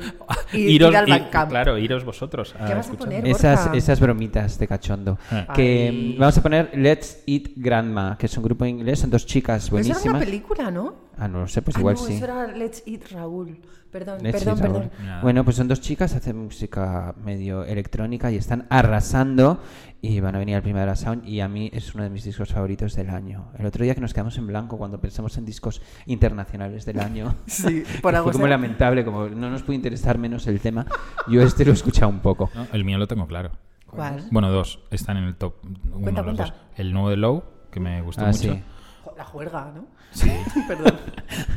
S6: Ir- ir al Bandcamp.
S7: claro, iros vosotros. a este,
S6: ¿Qué vas a
S7: escucharlo.
S6: poner?
S4: Esas,
S6: Borja.
S4: esas bromitas de cachondo.
S7: Ah.
S4: Que
S6: Ay.
S4: mm, vamos a poner Let's Eat Grandma, que es un grupo inglés, son dos chicas
S6: Pero eso era una
S4: buenísimas.
S6: película, ¿no?
S4: Ah, no lo sé, pues
S6: Ah,
S4: igual
S6: no,
S4: sí.
S6: Eso era Let's Eat Raúl. Perdón,
S4: Leche,
S6: perdón,
S4: sabor.
S6: perdón.
S7: Nada.
S4: Bueno, pues son dos chicas, hacen música medio electrónica y están arrasando y van a venir al Primavera Sound y a mí es uno de mis discos favoritos del año. El otro día que nos quedamos en blanco cuando pensamos en discos internacionales del año.
S6: Sí, por
S4: fue
S6: algo
S4: como
S6: será.
S4: lamentable, como no nos puede interesar menos el tema. Yo este lo he escuchado un poco.
S7: No, el mío lo tengo claro.
S6: ¿Cuál?
S7: Bueno, dos. Están en el top. Uno,
S6: Cuenta,
S7: los
S6: cuenta.
S7: dos. El nuevo de Low, que me gustó
S4: Ah,
S7: mucho.
S4: sí.
S6: Jo, La juerga, ¿no?
S7: Sí.
S6: Perdón.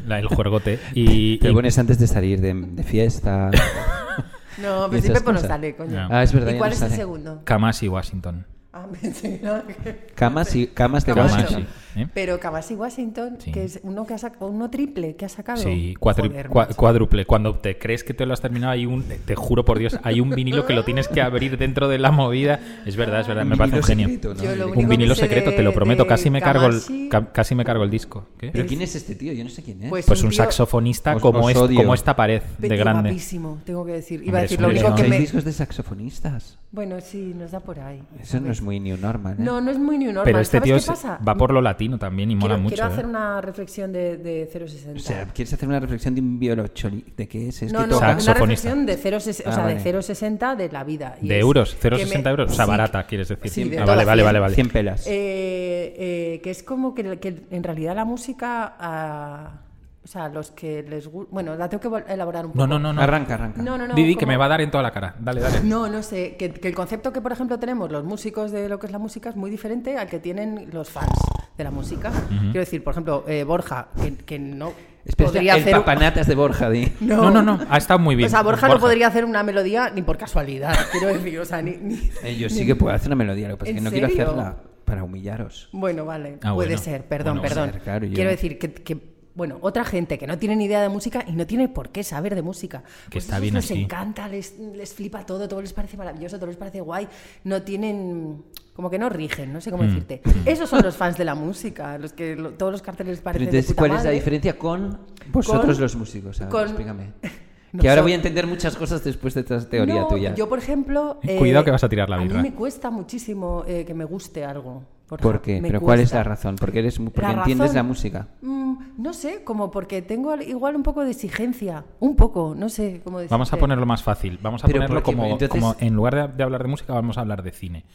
S7: La, el juergote. Y,
S4: Te
S7: y-
S4: pones antes de salir de, de fiesta.
S6: No,
S4: Y
S6: pero
S4: esas
S6: siempre pues no
S4: cosas.
S6: sale, coño.
S7: Ya.
S4: Ah, es verdad.
S6: ¿Y
S4: ya
S6: cuál
S4: no
S6: es el
S4: sale.
S6: segundo?
S7: Kamasi Washington.
S6: Ah, pensé no, que-
S4: Camas y camas de
S6: Camas,
S7: Kamasi,
S4: Washington.
S7: ¿eh?
S6: Pero Kamasi Washington,
S7: Sí.
S6: que es uno que ha sacado, uno triple que ha sacado.
S7: Sí, cuadri-
S6: Joder,
S7: cua-
S6: macho.
S7: cuádruple. Cuando te crees que te lo has terminado, hay un, te juro por Dios, hay un vinilo que lo tienes que abrir dentro de la movida. Es verdad, es verdad, me parece un
S4: Vinilo
S7: genio.
S4: secreto, ¿no?
S6: Yo lo
S7: Un
S6: único
S7: vinilo
S6: que sé
S7: secreto,
S6: de-
S7: te lo prometo,
S6: de
S7: casi me cargo el,
S6: Kamasi-
S7: ca- casi me cargo el disco. ¿Qué?
S4: ¿Pero quién es este tío? Yo no sé quién es.
S6: Pues-
S7: Pues
S6: un
S7: un
S6: tío-
S7: saxofonista
S4: Os-
S7: como,
S4: os
S7: es,
S4: odio.
S7: como esta pared de
S6: Pero
S7: grande.
S6: guapísimo, tengo que decir. Iba
S7: Hombre,
S6: a decir
S7: es
S6: lo
S7: un
S6: único que
S4: ¿Escucháis
S6: me...
S4: discos de saxofonistas?
S6: Bueno, sí, nos da por ahí.
S4: Eso no es muy new normal. ¿eh?
S6: No, no es muy new normal.
S7: Pero este
S6: ¿Sabes
S7: tío
S6: qué
S7: es-
S6: pasa?
S7: va por lo latino también y mola
S6: quiero,
S7: mucho.
S6: Quiero hacer
S7: ¿eh?
S6: una reflexión de, de 0,60.
S4: O sea, ¿quieres hacer una reflexión de un violocholi? ¿De qué es? Es
S6: no,
S4: que
S6: no,
S4: toca-
S6: una
S7: Saxofonista.
S6: reflexión de 0,60 o
S4: Ah,
S6: sea, de
S4: vale.
S6: 0,60 de la vida. Y
S7: De
S6: es
S7: euros,
S6: que me-
S7: 0,60 euros. O sea, barata, quieres decir.
S6: Sí, de
S7: Ah,
S6: todas
S7: vale, vale,
S6: cien.
S7: vale, vale.
S4: 100 pelas.
S6: Eh, eh, que es como que, que en realidad la música, a, o sea, los que les gusta... Bueno, la tengo que vol- elaborar un
S7: No,
S6: poco.
S7: no, no. no.
S4: Arranca, arranca.
S6: No, no, no,
S7: Didi, que
S6: como-
S7: me va a dar en toda la cara. Dale, dale.
S6: No, no sé, que, que el concepto que por ejemplo tenemos los músicos de lo que es la música es muy diferente al que tienen los fans de la música. Quiero decir, por ejemplo, eh, Borja, que, que no
S4: Espera,
S6: podría
S4: espera, el
S6: hacer...
S4: papanatas de Borja, di.
S7: No, no, no, ha estado muy bien,
S6: O sea, Pues Borja,
S7: Borja.
S6: no podría hacer una melodía ni por casualidad, quiero decir, o sea, ni... ni-
S4: Eh, Yo sí que puedo hacer una melodía, lo que pasa es que
S6: ¿En
S4: no quiero
S6: serio?
S4: hacerla para humillaros.
S6: Bueno, vale,
S7: Ah,
S6: puede
S7: bueno.
S6: ser, perdón,
S7: Bueno,
S6: perdón.
S4: ser, claro, yo-
S6: Quiero decir que, que, bueno, otra gente que no tiene ni idea de música y no tiene por qué saber de música.
S7: Que
S6: Pues
S7: está
S6: esos
S7: bien
S6: les
S7: así.
S6: encanta, les, les flipa todo, todo les parece maravilloso, todo les parece guay. No tienen... Como que no rigen, no sé
S4: Mm.
S6: cómo decirte. Esos son los fans de la música, los que lo- todos los carteles les
S4: Pero
S6: parecen de
S4: entonces,
S6: puta
S4: ¿cuál es la
S6: madre.
S4: diferencia con vosotros
S6: Con-
S4: los músicos? A ver,
S6: con-
S4: explícame. Que
S6: Nosotros-
S4: ahora voy a entender muchas cosas después de esta teoría
S6: No,
S4: tuya.
S6: Yo, por ejemplo...
S7: Eh, cuidado que vas a tirar la birra.
S6: A mí me cuesta muchísimo eh, que me guste algo.
S4: ¿Por
S6: ejemplo,
S4: qué?
S6: me
S4: ¿Pero cuál es
S6: cuesta.
S4: la razón? Porque, eres, mu- porque
S6: La
S4: entiendes
S6: razón-
S4: la música.
S6: Mm, no sé, como porque tengo al- igual un poco de exigencia. Un poco, no sé cómo decirte.
S7: Vamos a ponerlo más fácil. Vamos a
S4: Pero
S7: ponerlo
S4: porque,
S7: como,
S4: entonces-
S7: como en lugar de, de hablar de música, vamos a hablar de cine.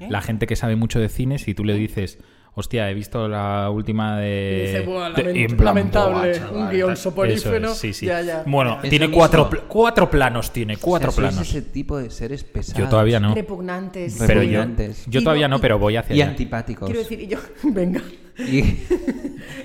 S6: ¿Eh?
S7: La gente que sabe mucho de cine, si tú le dices, hostia, he visto la última de.
S6: Y dice, "Buah,
S7: de-
S6: lament-
S7: y en plan,
S6: lamentable,
S7: "Buah,
S6: un
S7: chaval",
S6: guión
S7: tal.
S6: soporífero.
S7: Eso es, sí, sí.
S6: Ya, ya.
S7: Bueno,
S4: Eso
S7: tiene
S4: mismo.
S7: cuatro, pl- cuatro planos, tiene cuatro
S4: O sea, sois
S7: planos.
S4: ese tipo de seres pesados.
S7: Yo todavía no.
S6: Repugnantes.
S7: Pero yo,
S4: Repugnantes.
S7: yo
S6: Y
S7: todavía
S6: no-
S7: no, pero voy hacia
S4: Y
S7: allá.
S4: antipáticos.
S6: Quiero decir, y yo, venga.
S4: Y-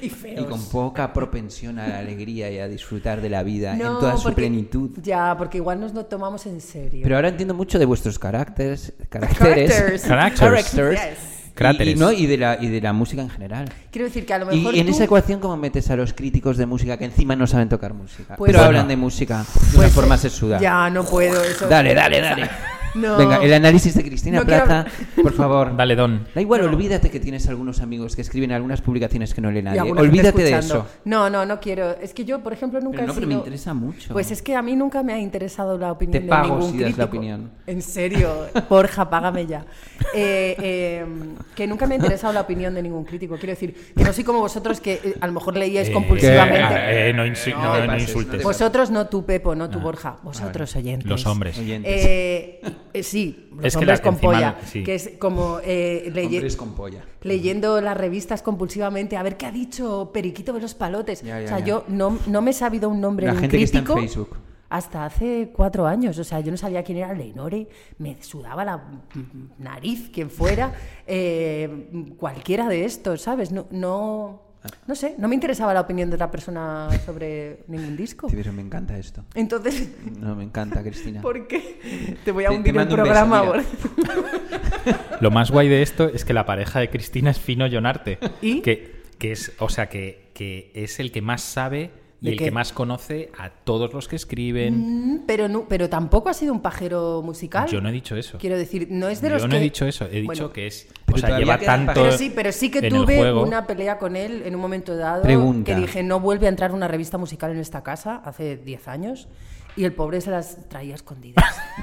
S6: Y feos.
S4: y con poca propensión a la alegría y a disfrutar de la vida en
S6: No,
S4: toda su
S6: porque-
S4: plenitud.
S6: Ya, porque igual nos lo tomamos en serio.
S4: Pero ahora entiendo mucho de vuestros caracteres, caracteres,
S6: Characters.
S7: Characters.
S4: characters,
S6: Yes.
S4: y, y
S7: Cráteres.
S4: no y de la y de la música en general.
S6: Quiero decir que a lo
S4: Y
S6: mejor.
S4: en
S6: tú-
S4: esa ecuación cómo metes a los críticos de música que encima no saben tocar música,
S6: Pues
S4: pero
S6: bueno.
S4: hablan de música de
S6: pues,
S4: una forma
S6: eh,
S4: sesuda.
S6: Ya, no puedo eso.
S4: Dale, dale, dale.
S6: No.
S4: Venga, el análisis de Cristina
S6: No quiero-
S4: Plaza, por favor.
S7: Dale, Don.
S4: Da igual,
S6: No.
S4: olvídate que tienes algunos amigos que escriben algunas publicaciones que no lee
S6: Y
S4: nadie.
S6: alguna gente
S4: Olvídate de
S6: escuchando.
S4: eso.
S6: No, no, no quiero. Es que yo, por ejemplo, nunca
S4: Pero no,
S6: he
S4: pero
S6: sido...
S4: me interesa mucho.
S6: Pues es que a mí nunca me ha interesado la opinión
S4: Te
S6: de
S4: pago
S6: ningún
S4: si das la
S6: crítico.
S4: opinión.
S6: En serio, Borja, págame ya. Eh, eh, que nunca me ha interesado la opinión de ningún crítico. Quiero decir, que no soy como vosotros que eh, a lo mejor leíais
S7: Eh,
S6: compulsivamente.
S7: eh, eh, no, insu-
S4: No
S7: no-
S4: te
S7: no
S4: pases,
S7: insultes.
S4: no
S6: Vosotros no tú, Pepo, no tú, Borja. Vosotros oyentes.
S7: Ah, Los hombres.
S4: Oyentes.
S6: Eh, eh, sí, los
S7: Es que
S6: hombres
S7: la-
S6: con
S7: encima
S6: polla.
S7: la- sí.
S6: Que es como eh, leye-
S4: Hombres con polla.
S6: leyendo las revistas compulsivamente a ver qué ha dicho Periquito de los Palotes.
S4: Ya, ya,
S6: o sea,
S4: ya.
S6: yo no, no me he sabido un nombre
S4: La
S6: de un
S4: gente que está en
S6: crítico
S4: Facebook.
S6: hasta hace cuatro años. O sea, yo no sabía quién era Leinore, me sudaba la mm, nariz quien fuera, eh, cualquiera de estos, ¿sabes? No, no,
S4: Ah.
S6: no sé, no me interesaba la opinión de otra persona sobre ningún disco.
S4: Sí, pero me encanta esto.
S6: Entonces,
S4: No, me encanta, Cristina.
S6: ¿por qué? Te voy a
S4: Te- te
S6: hundir el
S4: mando un beso,
S6: programa.
S4: mira.
S6: Borja.
S7: Lo más guay de esto es que la pareja de Cristina es Fino Jonarte.
S6: ¿Y?
S7: Que, que es, o sea, que, que es el que más sabe y
S6: ¿De
S7: el
S6: qué?
S7: que más conoce a todos los que escriben.
S6: Mm, Pero, no, pero tampoco ha sido un pajero musical.
S7: Yo no he dicho eso.
S6: Quiero decir, no es de los
S7: Yo no
S6: que-
S7: he dicho eso. He dicho
S6: Bueno,
S7: que es.
S4: Pero
S7: O sea,
S4: todavía
S7: lleva
S4: quedan
S7: tanto.
S4: parejas.
S6: Pero sí, pero sí que
S7: en el
S6: tuve
S7: juego.
S6: una pelea con él en un momento dado
S4: Pregunta.
S6: que dije, no vuelve a entrar una revista musical en esta casa hace 10 años y el pobre se las traía escondidas.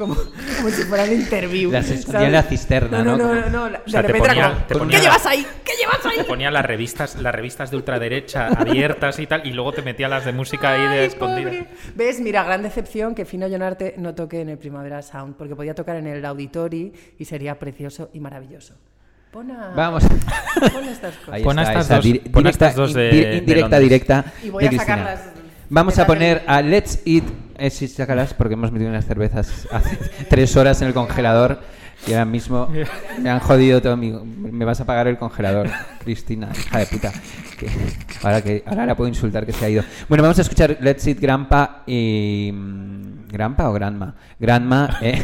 S6: Como, como si fuera un interview.
S4: Las
S6: ¿sabes?
S4: escondía en la cisterna, ¿no?
S6: No, no, no.
S4: Como-
S6: no, la-
S7: O sea,
S6: de
S7: te
S6: repente
S7: ponía-
S6: era como,
S7: te ponía
S6: ¿Qué
S7: la-
S6: llevas ahí? ¿Qué llevas ahí?
S7: Te ponía las revistas, las revistas de ultraderecha abiertas y tal, y luego te metía las de música ahí de
S6: Ay,
S7: escondida.
S6: pobre. ¿Ves? Mira, gran decepción que Fino Jonarte no toque en el Primavera Sound, porque podía tocar en el Auditori y sería precioso y maravilloso. Pon a-
S4: Vamos.
S6: Pon estas cosas.
S4: Ahí
S7: Pon
S4: está,
S7: estas
S4: esa
S7: dos-
S4: dir-
S7: pon estas
S4: directa,
S7: dos de-
S4: in-
S7: de
S4: indirecta,
S7: Londres.
S4: directa.
S6: Y voy
S4: de
S6: a sacar
S4: Cristina.
S6: las-
S4: Vamos a
S6: las
S4: poner
S6: cervezas.
S4: a Let's Eat. Eh, sí, sácalas porque hemos metido unas cervezas hace tres horas en el congelador y ahora mismo me han jodido todo mi. Me vas a pagar el congelador, Cristina, hija de puta. Que- ahora, que, ahora la puedo insultar que se ha ido. Bueno, vamos a escuchar Let's Eat Grandpa y. mm, ¿Grandpa o Grandma? Grandma, eh,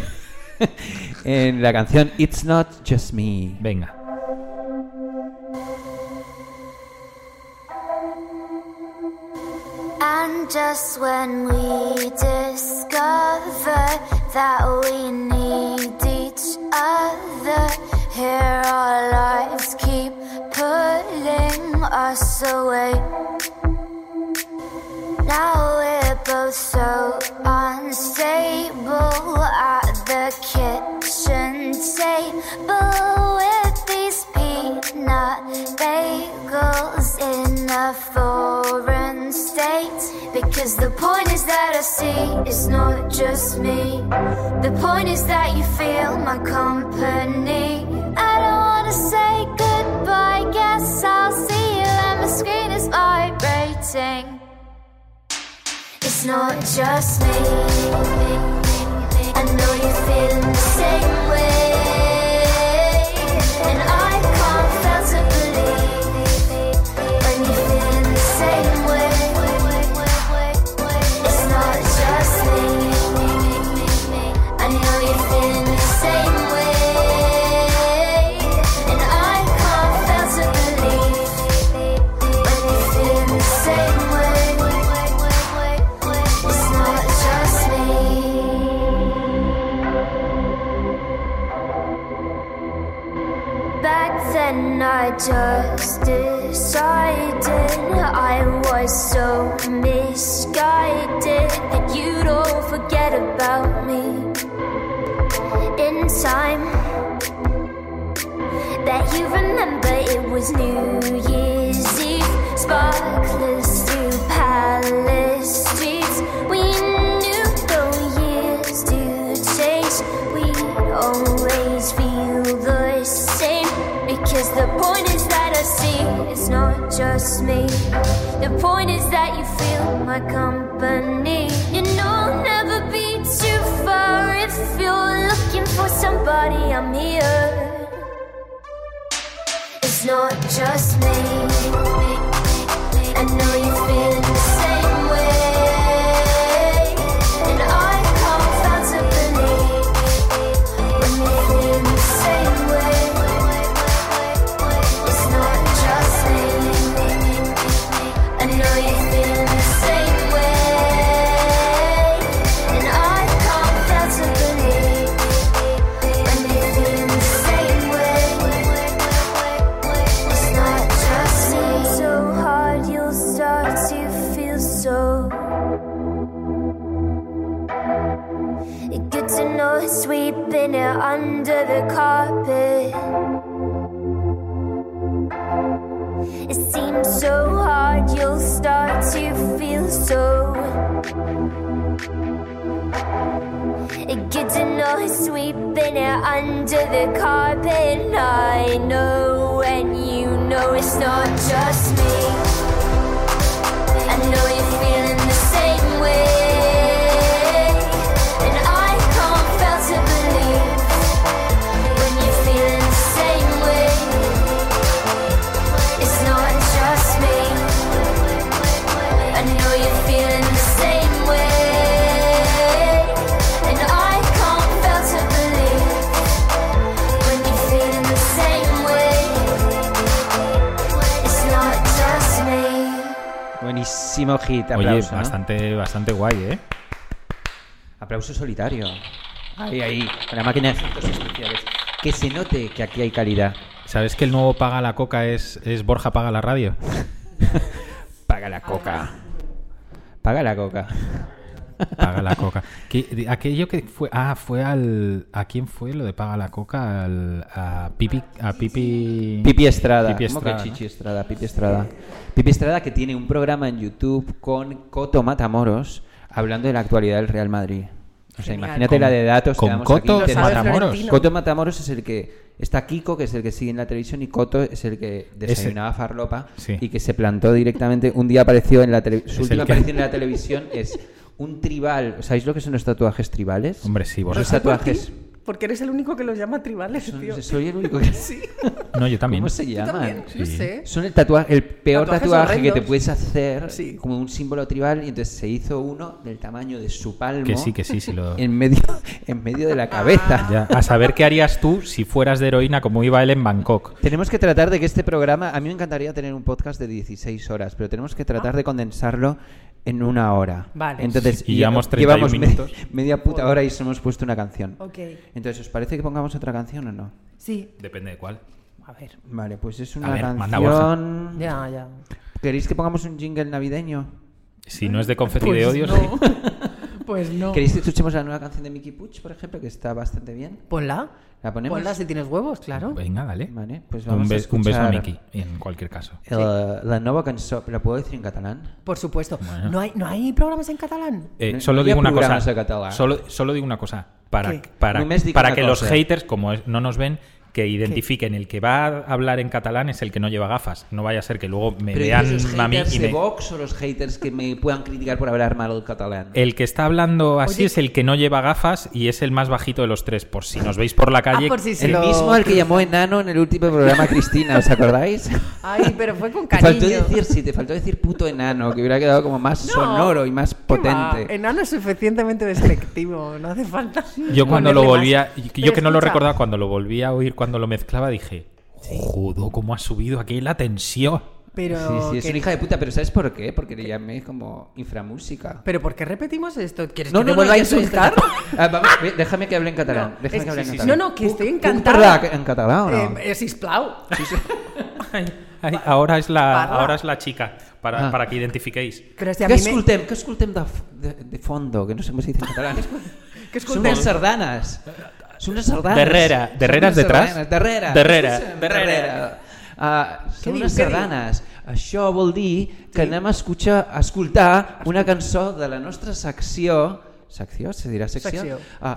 S4: en la canción It's Not Just Me.
S7: Venga.
S8: And just when we discover that we need each other, here our lives keep pulling us away. Now we're both so unstable at the kitchen table with these peanut bagels in a foreign state. Because the point is that I see it's not just me. The point is that you feel my company. I don't wanna say goodbye, guess I'll see you, and my screen is vibrating. It's not just me. I know you're feeling the same way. And I can't fail to believe when you're feeling the same way. It's not just me. I know you're feeling the same way. And I can't fail to believe when you're feeling the same way. It's not just me. Back then I just decided I was so misguided that you'd all forget about me in time. That you remember it was New Year's Eve, sparklers through palace streets. We knew though years do change, we'd always feel the same. Because the point is that I see it's not just me. The point is that you feel my company. You know, I'll never be too far if you're looking for somebody. I'm here. It's not just me. I know you're feeling the same way. And I can't fail to believe when you're feeling the same way. It's not just me. I know you're feeling the same way. And I can't fail to believe when you're feeling the same way. It's not just me. So hard you'll start to feel so. Good to know it's sweeping it under the carpet. It seems so hard you'll start to feel so. It Good to know he's sweeping it under the carpet. I know, and you know it's not just me. I know you're feeling the same way, and I can't fail to believe when you're feeling the same way. It's not just me. I know you're feeling the same way. And I can't fail to believe when you're feeling the same way. It's not just me.
S4: Buenísimo hit,
S7: Oye,
S4: aplauso. ¿eh? ¿no?
S7: bastante, bastante guay, ¿eh?
S4: Aplauso solitario. Ahí, ahí, con la máquina de efectos especiales. Que se note que aquí hay calidad.
S7: ¿Sabes que el nuevo Paga la Coca es, es Borja Paga la Radio?
S4: Paga la coca. Paga la coca.
S7: Paga la coca. Que- de- Aquello que fue. Ah, fue al. ¿A quién fue lo de Paga la coca? Al, a Pipi. A Pipi.
S4: Pipi Estrada.
S7: Pipi
S4: ¿Cómo que
S7: Estrada, ¿no?
S4: Chichi Estrada? Pipi Estrada. Pipi Estrada que tiene un programa en YouTube con Coto Matamoros hablando de la actualidad del Real Madrid. O sea,
S6: Genial.
S4: imagínate la de datos
S7: Con
S4: que damos
S7: Coto
S4: aquí.
S6: Lo sabe
S7: Matamoros.
S6: Florentino.
S4: Coto Matamoros es el que está Kiko, que es el que sigue en la televisión, y Coto es el que desayunaba farlopa
S7: Sí.
S4: y que se plantó directamente. Un día apareció en la televisión. Su
S7: Es el
S4: última
S7: que-
S4: aparición en la televisión es un tribal. ¿Sabéis lo que son los tatuajes tribales?
S7: Hombre, sí,
S4: Los
S7: vosotros.
S4: tatuajes.
S6: Porque eres el único que los llama tribales,
S4: son-
S6: tío.
S4: soy el único que.
S7: No, yo también.
S4: ¿Cómo se llaman?
S6: No
S7: Sí.
S6: sé.
S4: Son el, tatuaje, el peor
S6: Tatuajes
S4: tatuaje que te
S6: horrendos.
S4: puedes hacer
S6: Sí.
S4: como un símbolo tribal y entonces se hizo uno del tamaño de su palmo
S7: Que sí, que sí, sí lo.
S4: en medio en medio de
S6: Ah.
S4: la cabeza.
S7: Ya, a saber qué harías tú si fueras de heroína como iba él en Bangkok.
S4: Tenemos que tratar de que este programa, a mí me encantaría tener un podcast de 16 horas, pero tenemos que tratar de condensarlo en una hora.
S6: Vale.
S4: Entonces,
S7: Y llevamos 31
S4: llevamos me-
S7: minutos.
S4: media puta hora y se hemos puesto una canción.
S6: Ok.
S4: Entonces, ¿os parece que pongamos otra canción o no?
S6: Sí.
S7: Depende de cuál.
S6: A ver.
S4: Vale, pues es una
S7: ver, manda
S4: canción.
S6: Ya, ya.
S4: ¿Queréis que pongamos un jingle navideño?
S7: Si no es de confeti
S6: Pues
S7: de odios, sí.
S6: no. Pues no.
S4: ¿Queréis que escuchemos la nueva canción de Mickey Puch, por ejemplo, que está bastante bien?
S6: Ponla.
S4: ¿La ponemos?
S6: Ponla si tienes huevos, claro.
S7: Venga, dale.
S4: Vale, pues vamos
S7: Un,
S4: a
S7: bes- un beso a
S4: escuchar-
S7: Miki, en cualquier caso.
S4: Eh, la nueva canción, ¿la puedo decir en catalán?
S6: Por supuesto.
S7: Bueno.
S6: ¿No, hay, ¿No hay programas en catalán?
S7: Eh,
S4: No-
S7: solo
S4: no hi ha
S7: digo una
S4: programes
S7: cosa.
S4: de català.
S7: Solo, solo digo una cosa. Para,
S6: ¿Qué?
S7: para,
S4: Només dic
S7: para
S4: una
S7: que los
S4: cosa.
S7: haters, como es- no nos ven, que identifiquen el que va a hablar en catalán es el que no lleva gafas. No vaya a ser que luego me
S4: ¿Pero
S7: vean
S4: ¿y los
S7: a mí
S4: haters
S7: y
S4: de
S7: me-
S4: Vox o los haters que me puedan criticar por hablar mal el catalán?
S7: El que está hablando así
S6: Oye.
S7: es el que no lleva gafas y es el más bajito de los tres. Por si nos veis por la calle.
S6: Ah, por si se
S4: El
S6: lo-
S4: mismo al que llamó enano en el último programa a Cristina, ¿os acordáis?
S6: Ay, pero fue con
S4: Te
S6: cariño.
S4: faltó decir, sí, te faltó decir puto enano, que hubiera quedado como más
S6: No.
S4: sonoro y más
S6: ¿Qué
S4: potente.
S6: va? Enano es suficientemente despectivo, no hace falta.
S7: Yo cuando lo
S6: ponerle más.
S7: volvía, yo que
S6: Pero
S7: no lo
S6: escucha,
S7: recordaba, cuando lo volví a oír, cuando lo mezclaba, dije, jodo, cómo ha subido aquí la tensión.
S4: Sí,
S6: Pero,
S4: sí, es
S6: que-
S4: una hija de puta, pero ¿sabes por qué? Porque le llamé como inframúsica.
S6: ¿Pero por qué repetimos esto? ¿Quieres
S4: No, no,
S6: que te
S4: no,
S6: vuelva a
S4: ya estoy
S6: insultar?
S4: encantada. Ah, vamos, ve, déjame que hable en catalán.
S6: No,
S4: déjame
S6: es-
S4: que hable en
S6: sí, sí,
S4: catalán.
S6: no, no, que estoy
S4: Puc- puc
S6: encantada.
S4: parlar en catalán Ah, o no?
S6: Eh, es isplau.
S7: Ay, ahora, es la,
S6: Parla.
S7: ahora es la chica, para,
S4: Ah.
S7: para que identifiquéis.
S6: Pero si a
S4: Què
S6: mí me...
S4: escoltem? Què escoltem de, f- de, de fondo? Que no sé com es dice en catalán.
S6: Que
S4: Són
S6: escoltem?
S4: unes sardanes. Són unes sardanes.
S7: Darrere.
S4: Són
S7: Darrere és
S4: unes
S7: detrás?
S4: sardanes. Darrere.
S7: Darrere.
S4: Són- Darrere. Uh, són
S6: diu,
S4: unes
S6: què diu?
S4: sardanes. Això vol dir que anem a escuchar, a escoltar una cançó de la nostra secció... Secció? Se dirà secció?
S6: Secció.
S4: Ah,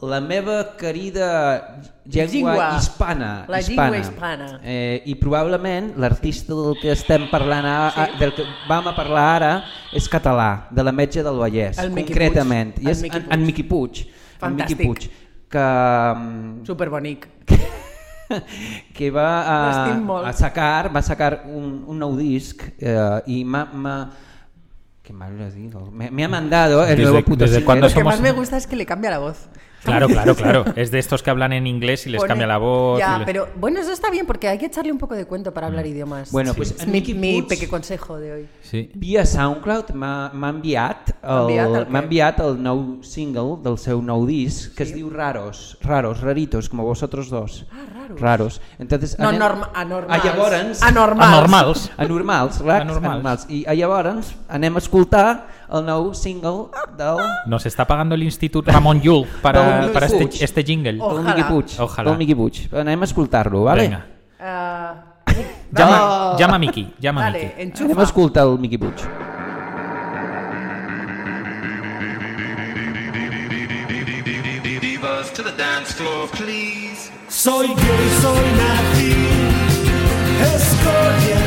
S4: la meva querida llengua,
S6: Llengua.
S4: hispana.
S6: La llengua hispana.
S4: Eh, I probablement l'artista del que estem parlant ara, sí. del que vam a parlar ara és català, de la metge del Vallès,
S6: El Miqui
S4: concretament.
S6: Puig.
S4: I
S6: El
S4: és
S6: Miqui
S4: en,
S6: Puig.
S4: en Miqui Puig. En Miqui
S6: Fantàstic.
S4: Puig, que, mm,
S6: Superbonic.
S4: que va a,
S6: L'estim molt.
S4: a sacar, va sacar un, un nou disc eh, i m'ha... m'ha- Que mal lo digo. Me, me ha mandado el
S7: Desde-
S4: nuevo puto
S7: desde
S4: single.
S7: cuándo
S6: Lo que
S7: Somos-
S6: más me gusta es que le cambia la voz.
S7: Claro, claro, claro. Es de estos que hablan en inglés y les
S6: Pone-
S7: cambia la voz.
S6: Ya,
S7: y le-
S6: pero bueno, eso está bien porque hay que echarle un poco de cuento para hablar idiomas.
S4: Bueno, pues
S6: es
S4: en
S6: mi,
S4: Mickey
S6: mi
S4: Puig-
S6: pequeño consejo de hoy.
S7: Sí.
S4: Via SoundCloud m'ha m'ha enviat,
S6: T'ha enviat el
S4: el-
S6: què?
S4: m'ha enviat el nou single del seu nou disc que es diu Raros, Raros, Raritos, com vosotros dos. Ah, Raros. Raros. Entonces,
S6: No,
S4: anem-
S6: norma, anormals.
S4: Ah, llavors...
S6: Anormals.
S7: Anormals.
S4: Anormals, racs,
S7: Anormals.
S4: anormals. I ah, llavors anem a escoltar el nou single del...
S7: Nos está pagando el Instituto Ramón Llull para,
S4: Ramon
S7: para
S4: Llull.
S7: este, este jingle.
S6: Oh.
S4: del
S6: Ojalà.
S4: Miqui Puig.
S7: Ojalà.
S4: Del Miqui Puig. Anem a escoltar-lo, vale?
S7: Venga.
S6: Ah,
S7: Llama,
S6: no. Eh,
S7: llama a Miki, llama a
S6: Dale,
S7: Miki.
S6: enchufa.
S4: Anem a escoltar el Miqui Puig.
S9: Divas to the dance floor, please.
S10: Soy gay, soy nazi, escoria.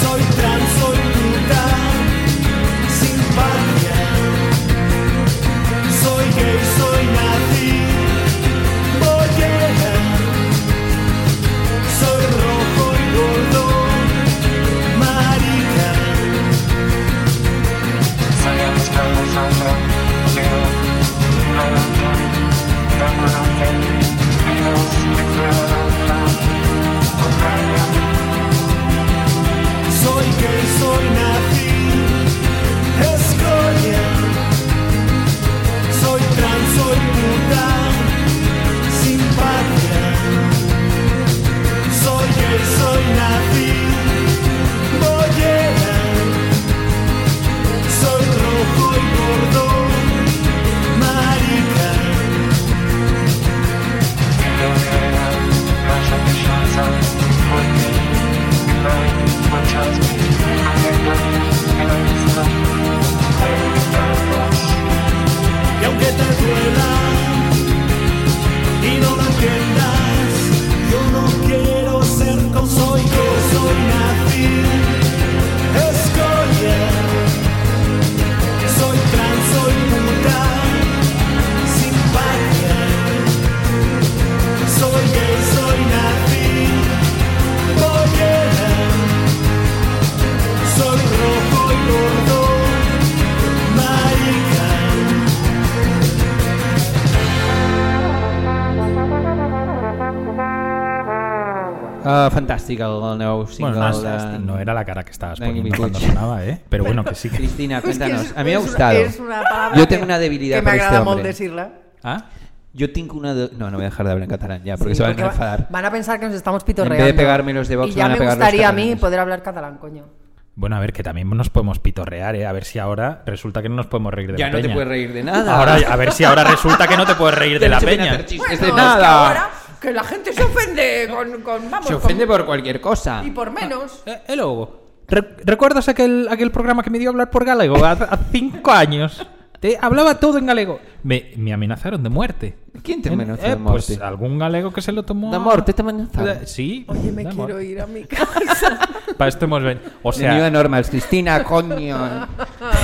S10: Soy trans, soy puta, simpatía. Soy gay, soy nazi, bollera. Soy rojo y gordo, marica. Soy gay, soy nazi, escoria. Soy trans, soy
S4: Ah, fantàstic el, el nou single
S7: Bueno, no,
S4: de...
S7: no era la cara que estabas
S4: Dani
S7: poniendo cuando
S4: Micucci.
S7: sonaba, ¿eh? Pero bueno, que sí que...
S4: Cristina,
S11: Es que
S4: cuéntanos.
S11: és-
S4: a mi
S11: és
S4: m'ha
S11: una-
S4: gustat.
S11: és una palabra
S4: Yo
S11: que-
S4: tengo una debilidad
S11: que me
S4: por este
S11: agrada molt
S4: hombre.
S11: decirla.
S7: ¿Ah?
S4: Yo tengo una... de- No, no voy a dejar de hablar en catalán ya, porque
S6: Sí,
S4: se van
S6: porque
S4: a
S6: va-
S4: enfadar.
S6: Van a pensar que nos estamos pitorreando.
S4: En vez de pegármelos de Vox,
S6: Y ya
S4: van a
S6: me
S4: pegar los
S6: gustaría a mí
S4: catalanes.
S6: poder hablar catalán, coño.
S7: Bueno, a ver, que también nos podemos pitorrear, ¿eh? A ver si ahora resulta que no nos podemos reír de
S4: Ya
S7: la
S4: no te
S7: peña.
S4: puedes reír de nada.
S7: Ahora, a ver si ahora resulta que no te puedes reír de
S4: Ya no
S7: la
S4: se pueden
S7: peña.
S4: hacer chistes de
S11: Bueno, es que
S4: nada.
S11: ahora que la gente se ofende con, con- vamos,
S4: Se
S11: con-
S4: ofende por cualquier cosa.
S11: y por menos.
S7: Eh, hello. Re- ¿Recuerdas aquel, aquel programa que me dio a hablar por galego hace hace cinco años? Te hablaba todo en galego. Me, me amenazaron de muerte.
S4: ¿Quién te
S7: En-
S4: amenazó
S7: eh,
S4: de muerte?
S7: Pues algún galego que se lo tomó.
S4: De muerte te amenazaron.
S7: Eh, Sí.
S11: Oye, me
S7: de
S11: quiero
S7: muerte.
S11: ir a mi casa.
S7: Para esto hemos venido. O
S4: De New
S7: sea,
S4: Normals, Cristina, coño.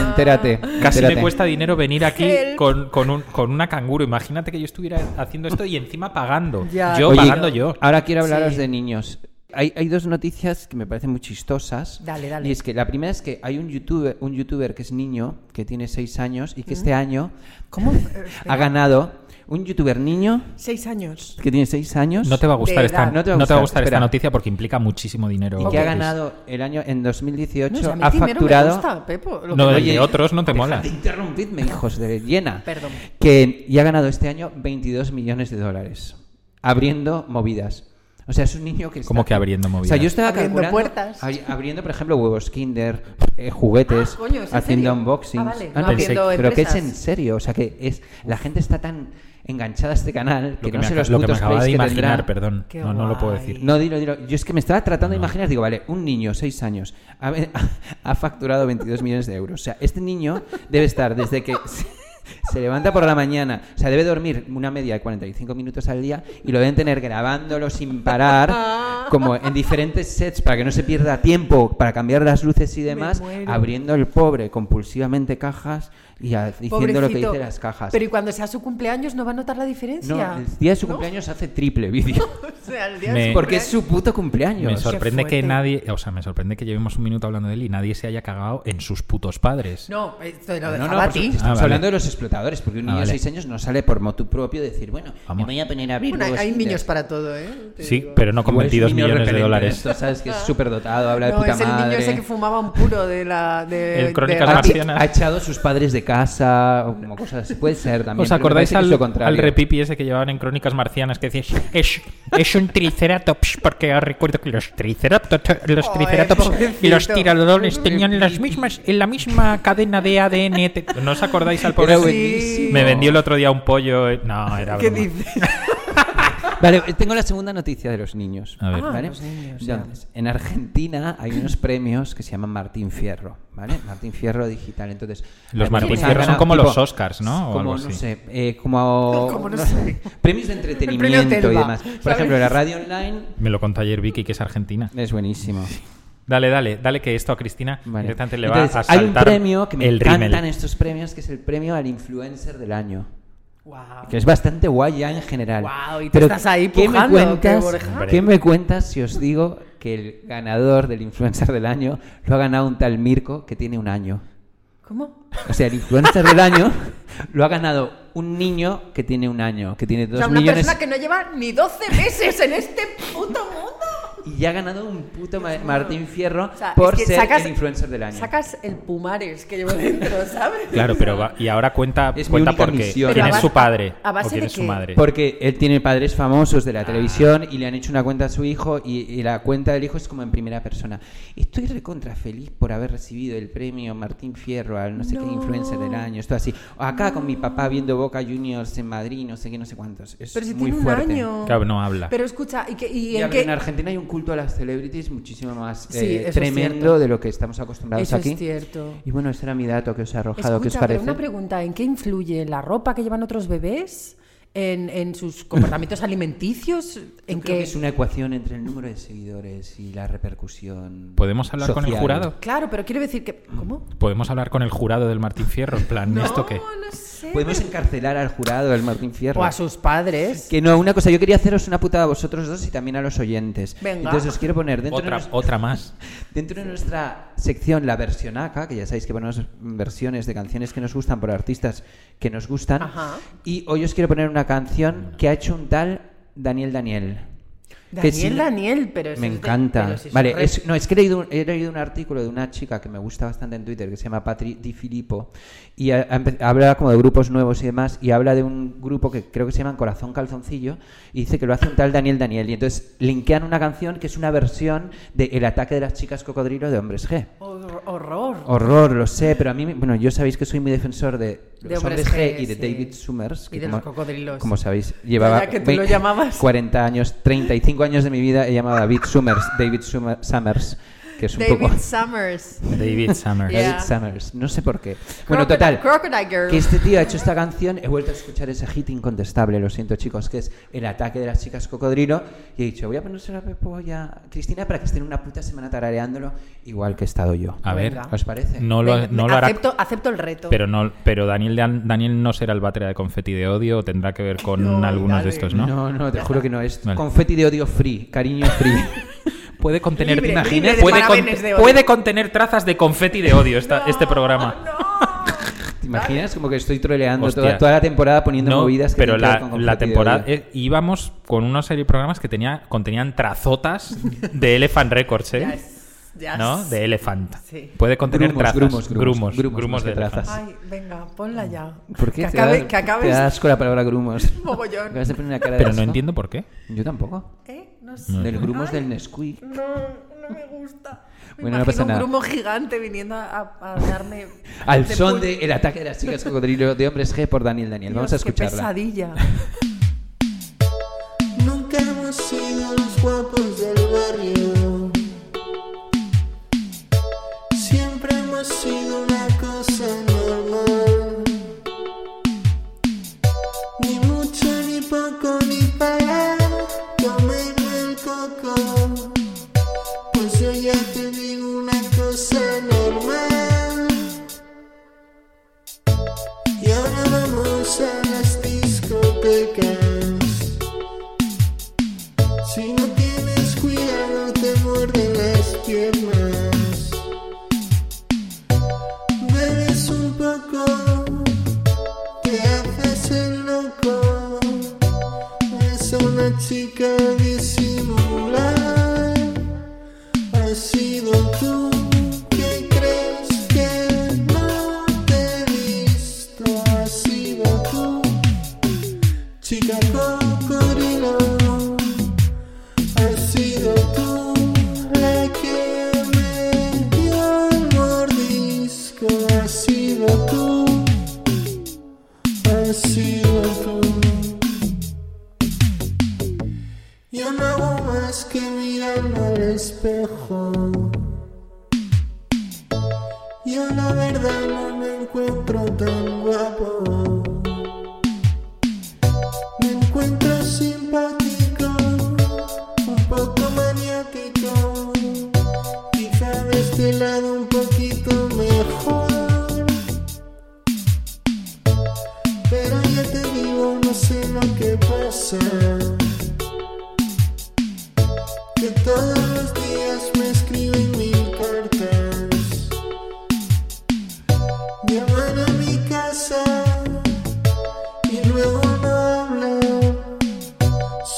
S4: Entérate.
S7: casi
S4: entérate.
S7: me cuesta dinero venir aquí
S11: Help.
S7: con, con, un- con una canguro. Imagínate que yo estuviera haciendo esto y encima pagando.
S6: Ya,
S7: yo
S6: Oye,
S7: pagando yo.
S4: Ahora quiero hablaros
S6: Sí.
S4: de niños. Hay, hay dos noticias que me parecen muy chistosas.
S6: Dale, dale.
S4: Y es que la primera es que hay un youtuber, un youtuber que es niño, que tiene seis años y que este año ha ganado un youtuber niño
S11: Seis años.
S4: que tiene seis años.
S7: No te va a
S11: de
S7: gustar esta,
S11: edad.
S7: no te va a gustar esta
S4: espera.
S7: noticia porque implica muchísimo dinero.
S4: y que ha
S7: Chris.
S4: ganado el año en 2018
S6: No sé, a mí
S4: ha
S6: Timero me
S4: facturado
S6: gusta, Pepo, lo
S7: No,
S6: que-
S7: el de otros no te mola.
S4: Dejad de interrumpirme, hijos de llena.
S6: Perdón.
S4: Que y ha ganado este año 22 millones de dólares abriendo movidas. O sea, es un niño que está...
S7: ¿Cómo que abriendo movidas?
S4: O sea, yo estaba
S11: Abriendo
S4: calculando-
S11: puertas.
S4: abri- abriendo, por ejemplo, huevos Kinder, eh, juguetes,
S6: Ah, coño, ¿es en
S4: haciendo
S6: serio?
S4: unboxings.
S6: Ah, vale,
S4: Ah,
S6: no
S4: pero-
S6: abriendo
S4: pero que es
S6: empresas.
S4: en serio, o sea, que es la gente está tan enganchada a este canal que,
S7: Lo que,
S4: no
S7: me,
S4: sé
S7: aca-
S4: los
S7: lo que me
S4: putos
S7: acababa
S4: plays
S7: de
S4: que
S7: imaginar,
S4: tendrá.
S7: perdón.
S6: Qué
S7: No, no lo puedo
S6: guay.
S7: decir.
S4: No, dilo, dilo. Yo es que me estaba tratando de imaginar, digo, vale, un niño, seis años, ha, ha facturado 22 millones de euros. O sea, este niño debe estar desde que se, se levanta por la mañana, o sea, debe dormir una media de 45 minutos al día y lo deben tener grabándolo sin parar, como en diferentes sets para que no se pierda tiempo, para cambiar las luces y demás,
S11: muero.
S4: abriendo el pobre compulsivamente cajas y a- diciendo lo que
S6: Pobrecito.
S4: dice las cajas.
S6: Pero y cuando sea su cumpleaños no va a notar la
S4: no,
S6: diferencia.
S4: el día de su cumpleaños hace triple vídeo.
S11: O sea, el día
S7: Me-
S11: de
S4: Porque es su puto cumpleaños.
S7: Me sorprende que
S11: fuerte.
S7: nadie, o sea, me sorprende que llevemos un minuto hablando de él y nadie se haya cagado en sus putos padres.
S11: No, esto lo
S4: No,
S11: dejaba
S4: no,
S11: a
S4: por
S11: ti.
S4: supuesto, estamos
S7: Ah, vale.
S4: hablando de los explotadores, porque un
S7: Ah,
S4: niño de
S7: vale.
S4: 6 años no sale por motu propio de decir, bueno,
S7: Vamos.
S4: me voy a poner a abrir
S11: Bueno, hay-
S4: huevos
S11: hay
S4: Kinder.
S11: niños para todo, ¿eh? Te
S7: Sí,
S11: digo.
S7: pero no con
S4: Como es
S7: 22
S4: niño
S7: millones de
S4: repelente,
S7: dólares.
S4: esto, sabes que es súper dotado, habla de
S11: No,
S4: puta
S11: es el niño ese
S4: madre.
S11: que fumaba un puro de la. De,
S7: El Crónicas
S11: de-
S4: Ha-
S7: marcianas.
S4: ha echado a sus padres de casa, o como cosas así. Puede ser también.
S7: ¿Os
S4: pero me
S7: acordáis
S4: parece que es
S7: al,
S4: lo contrario.
S7: al repipi ese que llevaban en Crónicas Marcianas que decía es, es un triceratops? Porque os recuerdo que los triceratops, los
S11: Ay,
S7: triceratops y los
S11: pobrecito.
S7: tiralodones tenían las mismas, en la misma cadena de ADN. Te- ¿No os acordáis al
S4: Era
S7: pobre?
S4: buenísimo.
S7: Me vendió el otro día un pollo. eh, No, era
S11: ¿Qué
S7: broma.
S11: dices?
S4: Vale, eh, tengo la segunda noticia de los niños.
S7: A ver. Ah,
S4: ¿vale? Entonces, en Argentina hay unos premios que se llaman Martín Fierro, ¿vale? Martín Fierro Digital. Entonces,
S7: Los
S4: hay
S7: Martín
S4: muchos que
S7: Fierro
S4: han
S7: son
S4: ganado,
S7: como los Oscars, ¿no? O
S4: como,
S7: algo
S4: no
S7: así.
S4: sé, eh, como,
S11: Como no
S4: no
S11: sé.
S4: sé, premios de entretenimiento y
S11: Telva,
S4: demás. Por
S11: ¿sabes?
S4: ejemplo, la radio online
S7: Me lo contó ayer Vicky, que es argentina.
S4: es buenísimo.
S7: Dale, dale, dale que esto a Cristina
S4: Vale.
S7: directamente le
S4: Entonces,
S7: va a
S4: hay un
S7: saltar
S4: premio que me este
S7: el
S4: encantan
S7: rímel.
S4: estos premios, que es el premio al influencer del año.
S11: Guau.
S4: Que es bastante guay ya en general.
S11: Guau, y tú
S4: Pero
S11: estás ahí
S4: ¿qué me,
S11: pujando, qué
S4: cuentas,
S11: Borja.
S7: Hombre.
S4: ¿Qué me cuentas si os digo que el ganador del influencer del año lo ha ganado un tal Mirko que tiene un año?
S6: ¿Cómo?
S4: O sea, el influencer del año lo ha ganado un niño que tiene un año, que tiene
S11: O
S4: dos
S11: sea, una
S4: millones
S11: persona que no lleva ni 12 meses en este puto mundo.
S4: y ya ha ganado un puto Ma- Martín Fierro
S11: O sea,
S4: por
S11: es que
S4: ser
S11: sacas-
S4: el influencer del año.
S11: Sacas el pumares que llevo dentro, ¿sabes?
S7: Claro, pero va- y ahora cuenta,
S4: Es mi
S7: cuenta
S4: única
S7: por qué.
S4: misión.
S7: ¿Quién
S11: Pero
S7: es
S11: a
S7: su
S11: ba-
S7: padre?
S11: a base
S7: ¿O quién
S11: de
S7: es su
S11: qué?
S7: madre?
S4: Porque él tiene padres famosos de la televisión y le han hecho una cuenta a su hijo y, y la cuenta del hijo es como en primera persona. Estoy recontra feliz por haber recibido el premio Martín Fierro al no sé qué influencer del año, esto así. O acá con mi papá viendo Boca Juniors en Madrid, no sé qué, no sé cuántos. Es
S11: Pero si
S4: muy
S11: tiene un
S4: fuerte.
S11: año.
S7: Claro, no habla.
S11: Pero escucha, ¿y, qué- y
S4: Y
S11: en
S4: a ver,
S11: qué?
S4: en Argentina hay un culto a las celebrities muchísimo más
S11: Sí,
S4: eh,
S11: eso es
S4: tremendo
S11: cierto.
S4: de lo que estamos acostumbrados
S6: Eso es
S4: aquí.
S6: cierto.
S4: Y bueno, ese era mi dato que os he arrojado. ¿Qué os
S6: Escucha, pero
S4: parece?
S6: una pregunta, ¿en qué influye la ropa que llevan otros bebés? ¿En, en sus comportamientos alimenticios? ¿En
S4: Yo creo
S6: qué?
S4: que es una ecuación entre el número de seguidores y la repercusión.
S7: ¿Podemos hablar con el
S4: social.
S7: jurado?
S6: Claro, pero quiero decir que... ¿Cómo?
S7: Podemos hablar con el jurado del Martín Fierro, en plan, ¿esto qué?
S11: No, no sé.
S4: Podemos encarcelar al jurado del Martín Fierro.
S6: O a sus padres.
S4: Que no, una cosa, yo quería haceros una putada a vosotros dos y también a los oyentes.
S11: Venga.
S4: Entonces os quiero poner dentro,
S7: Otra,
S4: de, nos-
S7: otra más.
S4: dentro de nuestra sección La Versionaca, que ya sabéis que ponemos versiones de canciones que nos gustan por artistas que nos gustan.
S11: Ajá.
S4: Y hoy os quiero poner una canción que ha hecho un tal Daniel Daniel. que sí.
S6: Daniel, Daniel, pero es
S4: Me
S6: el de-
S4: encanta.
S6: pero si es
S4: vale,
S6: re-
S4: es- no, es que he leído, un, he leído un artículo de una chica que me gusta bastante en Twitter que se llama Patri Di Filippo y ha- ha empe- habla como de grupos nuevos y demás y habla de un grupo que creo que se llaman Corazón Calzoncillo y dice que lo hace un tal Daniel Daniel y entonces linkean una canción que es una versión de El ataque de las chicas cocodrilo de Hombres G.
S6: Hor- horror.
S4: Horror, lo sé, pero a mí, me- bueno, yo sabéis que soy muy defensor de los
S6: De
S4: hombres,
S6: Hombres
S4: G,
S6: G,
S4: y de
S6: sí.
S4: David Summers,
S6: Y de los cocodrilos.
S4: como sabéis, llevaba
S6: Ya que tú lo
S4: ve-
S6: llamabas.
S4: 40 años, 35 años de mi vida he llamado a David Summers, David Summer- Summers, que es un
S11: David
S4: poco
S11: Summers.
S7: David Summers.
S11: Yeah.
S4: David Summers, no sé por qué. Bueno,
S11: Crocodile-
S4: total,
S11: Crocodile Girl.
S4: que este tío ha hecho esta canción, he vuelto a escuchar ese hit incontestable, lo siento chicos, que es El ataque de las chicas cocodrilo, y he dicho, voy a ponerse la pepolla a Cristina para que esté en una puta semana tarareándolo, igual que he estado yo.
S7: A ver.
S6: Venga.
S4: ¿Os parece?
S7: No lo,
S6: Venga,
S7: no lo hará.
S6: acepto, acepto el reto.
S7: Pero, no, pero Daniel, Dan- Daniel no será el batera de confeti de odio o tendrá que ver con algunos de estos, Pues ¿no?
S4: No, no, te juro que no. Es
S7: Vale.
S4: confeti de odio free, cariño free.
S7: Puede contener,
S6: Libre,
S7: ¿te imaginas?
S6: libre de
S7: puede,
S6: parabenes de odio.
S7: puede contener trazas de confeti de odio esta- este programa.
S4: ¿Te imaginas? Como que estoy troleando
S7: Hostia.
S4: toda, toda la temporada poniendo
S7: No,
S4: movidas que
S7: pero
S4: tienen que ver
S7: la,
S4: con confeti
S7: la
S4: de
S7: temporada
S4: odio.
S7: eh, íbamos con una serie de programas que tenía, contenían trazotas de Elephant Records, ¿eh?
S6: Ya
S7: ¿No?
S6: es-
S7: De Elephant.
S6: Sí.
S7: Puede contener
S4: Grumos,
S7: trazas.
S4: grumos, grumos,
S7: grumos,
S4: grumos,
S7: grumos
S4: más
S7: de
S4: que
S7: trazas.
S4: trazas.
S6: Ay, venga, ponla ya.
S4: ¿Por qué?
S6: Que,
S4: te
S6: acabe-
S4: da-
S6: que acabes.
S4: Te das con la palabra grumos.
S6: Mogollón.
S4: Acabas de poner una cara de
S7: Pero no
S4: asco.
S7: entiendo por qué.
S4: Yo tampoco.
S6: ¿Eh? No sé.
S4: Del grumos del Nesquik.
S6: No, no me gusta. Me
S4: Mm. Bueno, no
S6: imagino
S4: pasa nada.
S6: un grumo gigante viniendo a, a darme. este
S4: Al son
S6: pu-
S4: de El ataque de las chicas cocodrilo de hombres G por Daniel Daniel. Vamos a
S6: Dios, Qué
S4: escucharla.
S6: pesadilla.
S10: Nunca hemos sido los guapos del barrio. Siempre hemos sido una cosa normal. Ni mucho, ni poco, ni para comerme el coco. Pues yo ya te digo una cosa normal. Y ahora vamos a las discotecas. Si no tienes cuidado te muerden las piernas. Bebes un poco, te haces el loco. Es una chica disimular. Has sido tú que crees que no te he visto. Has sido tú, chica cocodrilo. Has sido tú la que me dio el mordisco. Has sido tú. Has sido tú. Yo no hago más que mirarme al espejo. Yo la verdad no me encuentro tan guapo. Me encuentro simpático un poco maniático. Quizá de este lado un poquito mejor. Pero ya te digo, no sé lo que pasa. Que todos los días me escriben mil cartas. Llaman a mi casa y luego no hablan.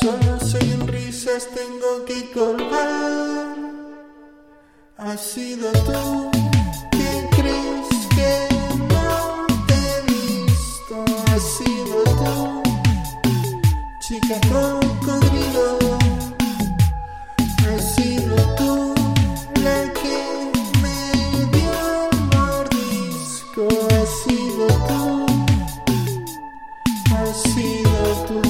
S10: Solo sin risas tengo que colgar. Has sido tú que crees que no te he visto. Has sido tú, chica cocodrilo. Has sido tú la que me dio el mordisco. Has sido tú, has sido tú.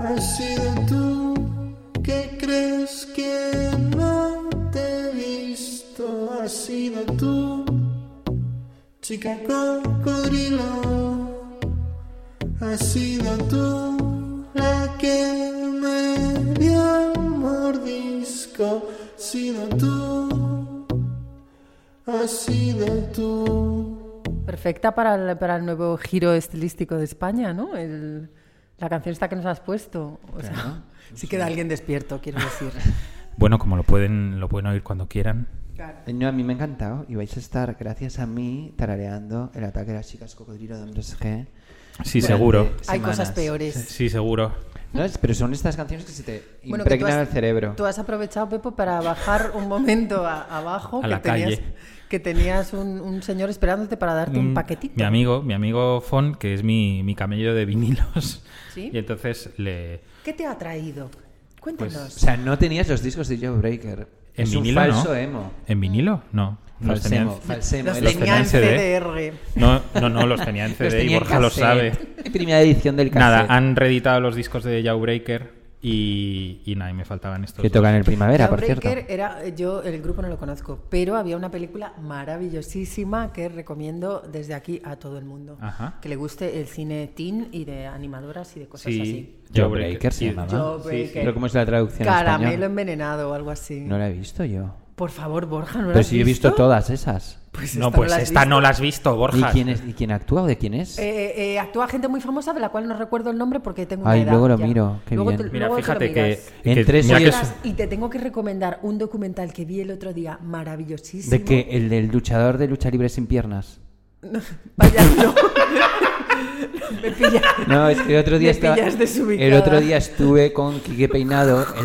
S10: Has sido tú que crees que no te he visto. Has sido tú, chica cocodrilo. Has sido tú la que me dio el mordisco. Has sido tú, has sido tú.
S6: Perfecta para el, para el nuevo giro estilístico de España, ¿no? El- la canción esta que nos has puesto. O sea, sí queda alguien despierto, quiero decir.
S7: Bueno, como lo pueden, lo pueden oír cuando quieran.
S4: Eh, No, a mí me ha encantado y vais a estar, gracias a mí, tarareando el ataque de las chicas cocodrilo de hombres G
S7: Sí, seguro.
S4: eh,
S6: Hay cosas
S4: semanas.
S6: peores.
S7: Sí, seguro.
S4: No, es- Pero son estas canciones que se te
S6: Bueno, que tú
S4: impregnan
S6: has-
S4: el cerebro.
S6: Tú has aprovechado, Pepo, para bajar un momento a- abajo.
S7: A la
S6: tenías,
S7: calle.
S6: Que tenías un, un señor esperándote para darte un paquetito.
S7: Mm, Mi amigo, mi amigo Fon, que es mi, mi camello de vinilos.
S6: ¿Sí?
S7: Y entonces le.
S6: ¿Qué te ha traído? Cuéntanos.
S4: Pues, O sea, no tenías los discos de Joe Breaker.
S7: En
S4: es
S7: vinilo,
S4: un falso
S7: ¿no?
S4: emo.
S7: ¿En vinilo? No. Los tenía en- Pues,
S4: Falsemo, falsemo.
S6: Los
S4: Los
S6: tenía en CDR.
S7: No, no, no, los tenía en
S4: Los
S7: CD
S4: tenía
S7: y
S4: en
S7: Borja lo sabe.
S4: cassette. Primera edición del cassette.
S7: Nada, han reeditado los discos de Jawbreaker y, y nada, y me faltaban estos.
S4: Que
S7: dos.
S4: tocan el primavera, por cierto.
S6: Jawbreaker era, yo el grupo no lo conozco, pero había una película maravillosísima que recomiendo desde aquí a todo el mundo.
S7: Ajá.
S6: Que le guste el cine teen y de animadoras y de cosas así.
S7: Sí,
S4: Joe Breaker se
S7: y-
S4: llamaba.
S6: Jawbreaker. Sí, sí.
S4: Pero ¿cómo es la traducción en
S6: Caramelo
S4: español?
S6: envenenado o algo así.
S4: No la he visto yo.
S6: Por favor, Borja, ¿no la
S4: Pero
S6: has
S4: si yo he visto
S6: visto
S4: todas esas.
S6: Pues
S7: No,
S6: esta
S7: pues
S6: la has
S7: esta
S6: visto.
S7: no la has visto,
S4: ¿Y
S7: Borja.
S4: quién, es, ¿Y quién actúa o de quién es?
S6: Eh, eh, actúa gente muy famosa de la cual no recuerdo el nombre porque tengo una
S4: Ay,
S6: edad
S4: luego lo
S6: ya.
S4: miro, qué
S6: Luego
S4: bien.
S6: te-
S7: Mira,
S6: luego te lo
S7: fíjate que,
S6: miras.
S7: que-
S4: En tres
S7: mira que
S4: horas-
S7: es-
S6: Y te tengo que recomendar un documental que vi el otro día, maravillosísimo.
S4: ¿De que ¿El del luchador de lucha libre sin piernas?
S6: Vaya, no. Me pilla.
S4: No, es que el otro día
S6: Me
S4: estaba...
S6: pillas desubicada.
S4: El otro día estuve con Quique Peinado. el-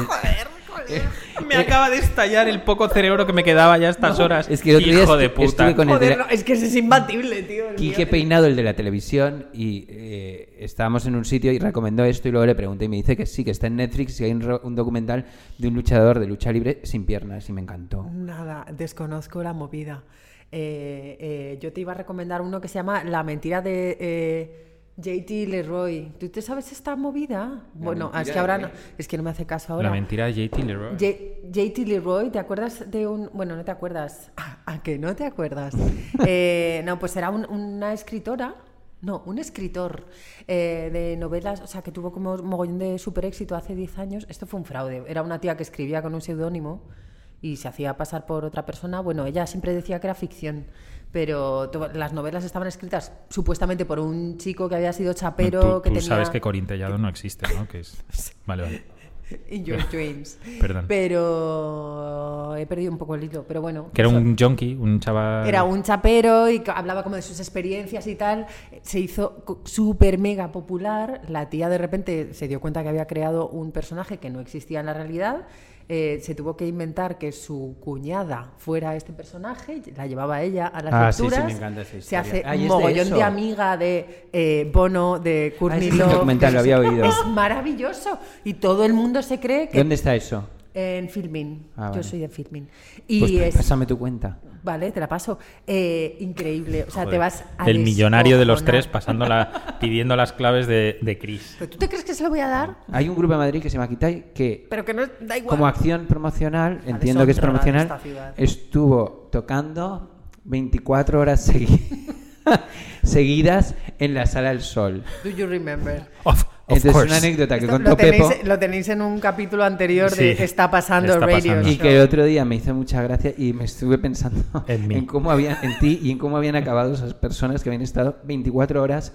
S7: Me acaba de estallar el poco cerebro que me quedaba ya a estas horas.
S4: Es que el otro día
S7: Hijo
S4: estu-
S7: de puta.
S4: estuve con el de
S6: Joder,
S4: la-
S6: no, es que ese es imbatible, tío. el
S4: Quique
S6: mío.
S4: Peinado, el de la televisión, y eh, estábamos en un sitio y recomendó esto y luego le pregunté y me dice que sí, que está en Netflix y hay un, ro- un documental de un luchador de lucha libre sin piernas y me encantó.
S6: Nada, desconozco la movida. Eh, eh, yo te iba a recomendar uno que se llama La mentira de eh, JT Leroy. ¿Tú te sabes esta movida? Bueno, es que ahora no, es que no me hace caso ahora.
S7: La mentira de JT Leroy.
S6: J- JT Leroy, ¿te acuerdas de un...? Bueno, no te acuerdas. Ah, ¿A que no te acuerdas? Eh, no, pues era un- una escritora, no, un escritor eh, de novelas, o sea, que tuvo como mogollón de super éxito hace 10 años. Esto fue un fraude. Era una tía que escribía con un seudónimo y se hacía pasar por otra persona. Bueno, ella siempre decía que era ficción, pero to- las novelas estaban escritas supuestamente por un chico que había sido chapero,
S7: tú
S6: que
S7: tú
S6: tenía...
S7: sabes que Corintellado no existe, ¿no? Que es... Vale, vale.
S6: In your dreams.
S7: Perdón.
S6: Pero he perdido un poco el hilo, pero bueno.
S7: Que era un junkie, un chaval.
S6: Era un chapero y ca- hablaba como de sus experiencias y tal. Se hizo co- súper mega popular. La tía de repente se dio cuenta que había creado un personaje que no existía en la realidad. Eh, se tuvo que inventar que su cuñada fuera este personaje, la llevaba ella a las
S4: Ah, sí, sí,
S6: lecturas.
S4: me encanta esa
S6: se
S4: historia.
S6: hace
S4: Ay,
S6: un
S4: es de
S6: mogollón de,
S4: eso.
S6: amiga de eh, Bono, de Courtney
S4: Ah, ese es un
S6: Love.
S4: documental, lo había oído.
S6: Es maravilloso. Y todo el mundo se cree que
S4: ¿Dónde está eso?
S6: en Filmin.
S4: Ah,
S6: Yo
S4: vale.
S6: soy de Filmin. Y
S4: Pues
S6: es-
S4: pásame tu cuenta.
S6: Vale, te la paso. Eh, increíble. O sea, te
S7: Joder.
S6: vas a
S7: El millonario de los tres
S6: descojonar.
S7: pasándola, pidiendo las claves de, de Chris.
S6: ¿Pero ¿Tú te crees que se lo voy a dar?
S4: Hay un grupo de Madrid que se llama Kitai que
S6: Pero que no es- da igual.
S4: como acción promocional, entiendo que es
S6: deshonra de
S4: promocional,
S6: esta ciudad.
S4: estuvo tocando 24 horas segui- seguidas en la Sala del Sol.
S6: Do you remember?
S7: Of, of
S4: Entonces,
S7: course.
S4: una anécdota que
S6: Esto
S4: contó
S6: lo, tenéis,
S4: Pepo
S6: lo tenéis en un capítulo anterior de
S7: Sí,
S6: Está pasando
S7: está
S6: Radio
S7: pasando.
S4: y
S6: Show.
S4: que el otro día me hizo mucha gracia y me estuve pensando
S7: En
S4: en,
S7: mí.
S4: cómo habían, en ti y en cómo habían acabado esas personas que habían estado 24 horas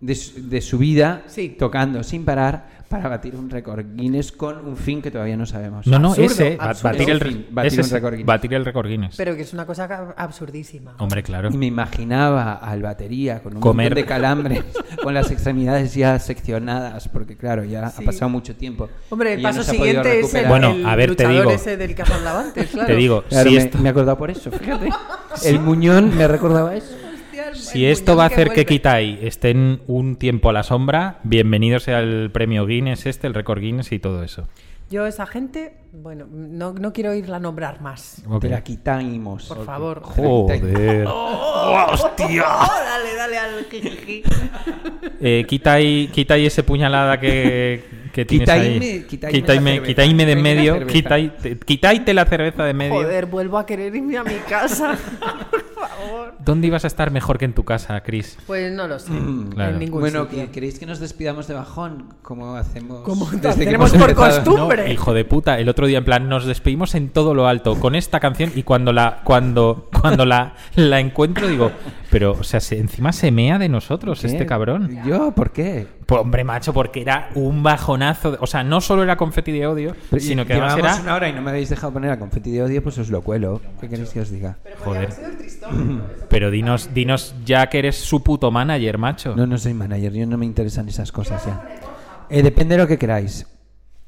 S4: de, su- de su vida
S6: Sí.
S4: tocando sin parar para batir un récord Guinness con un fin que todavía no sabemos.
S7: No, no,
S6: Absurdo,
S7: ese. ba-
S6: absurdo.
S7: Batir el,
S4: En fin, batir
S7: ese
S4: un
S7: es-
S4: récord Guinness.
S7: batir el récord Guinness.
S6: Pero que es una cosa ca- absurdísima.
S7: Hombre, claro.
S4: Y me imaginaba al batería con un
S7: Comer.
S4: montón de calambres, con las extremidades ya seccionadas, porque claro, ya
S6: Sí.
S4: ha pasado mucho tiempo.
S6: Hombre,
S4: y
S6: el
S4: ya no
S6: paso
S4: se ha podido
S6: siguiente es el,
S4: recuperar.
S7: Bueno,
S6: el
S7: a ver, te
S6: luchador
S7: digo.
S6: ese del que has hablado antes, claro.
S7: Te digo,
S4: Claro,
S7: si
S4: me,
S7: esto,
S4: me he acordado por eso, fíjate. El muñón me recordaba eso.
S6: Hostia, el-
S7: si
S6: el
S7: esto va a
S6: muñón
S7: hacer que
S6: vuelve.
S7: Kitai estén un tiempo a la sombra, bienvenidos sea el premio Guinness este, el récord Guinness y todo eso.
S6: Yo esa gente, bueno, no, no quiero irla a nombrar más.
S7: Ok.
S4: Te la quitamos.
S6: Por favor.
S7: Joder.
S6: dale, dale al jijiji.
S7: Eh, Kitai, Kitai ese puñalada que, que tienes
S4: Quitaime-
S7: ahí.
S4: quitaime
S7: Quitaime-
S4: la cerveza.
S7: quitaime de en
S4: Quitaime la
S7: medio.
S4: cerveza.
S7: Kitai, te- quitaite la cerveza de en medio.
S6: Joder, vuelvo a querer irme a mi casa. Por favor.
S7: ¿Dónde ibas a estar mejor que en tu casa, Chris?
S6: Pues no lo sé.
S7: Mm, Claro.
S6: En ningún
S4: Bueno,
S6: sitio.
S4: que- ¿queréis que nos despidamos de bajón? Como hacemos.
S6: Como
S4: desde que
S6: tenemos
S4: hemos
S6: por
S4: empezado?
S6: costumbre. ¡Hombre!
S7: No, hijo de puta, el otro día en plan nos despedimos en todo lo alto con esta canción y cuando la cuando cuando la, la encuentro digo, pero o sea, se- encima se mea de nosotros
S4: ¿Qué?
S7: este cabrón.
S4: ¿Yo? ¿Por qué?
S7: Pues, hombre, macho, porque era un bajonazo. de- o sea, no solo era confeti de odio,
S4: Pero
S7: sino
S4: lle-
S7: que además
S4: llevamos
S7: era.
S4: una hora y no me habéis dejado poner a confeti de odio, pues os lo cuelo. ¿Qué queréis que os diga?
S7: Joder. Pero dinos, dinos ya que eres su puto manager, macho.
S4: No, no soy manager, yo no me interesan esas cosas ya. Eh, depende de lo que queráis.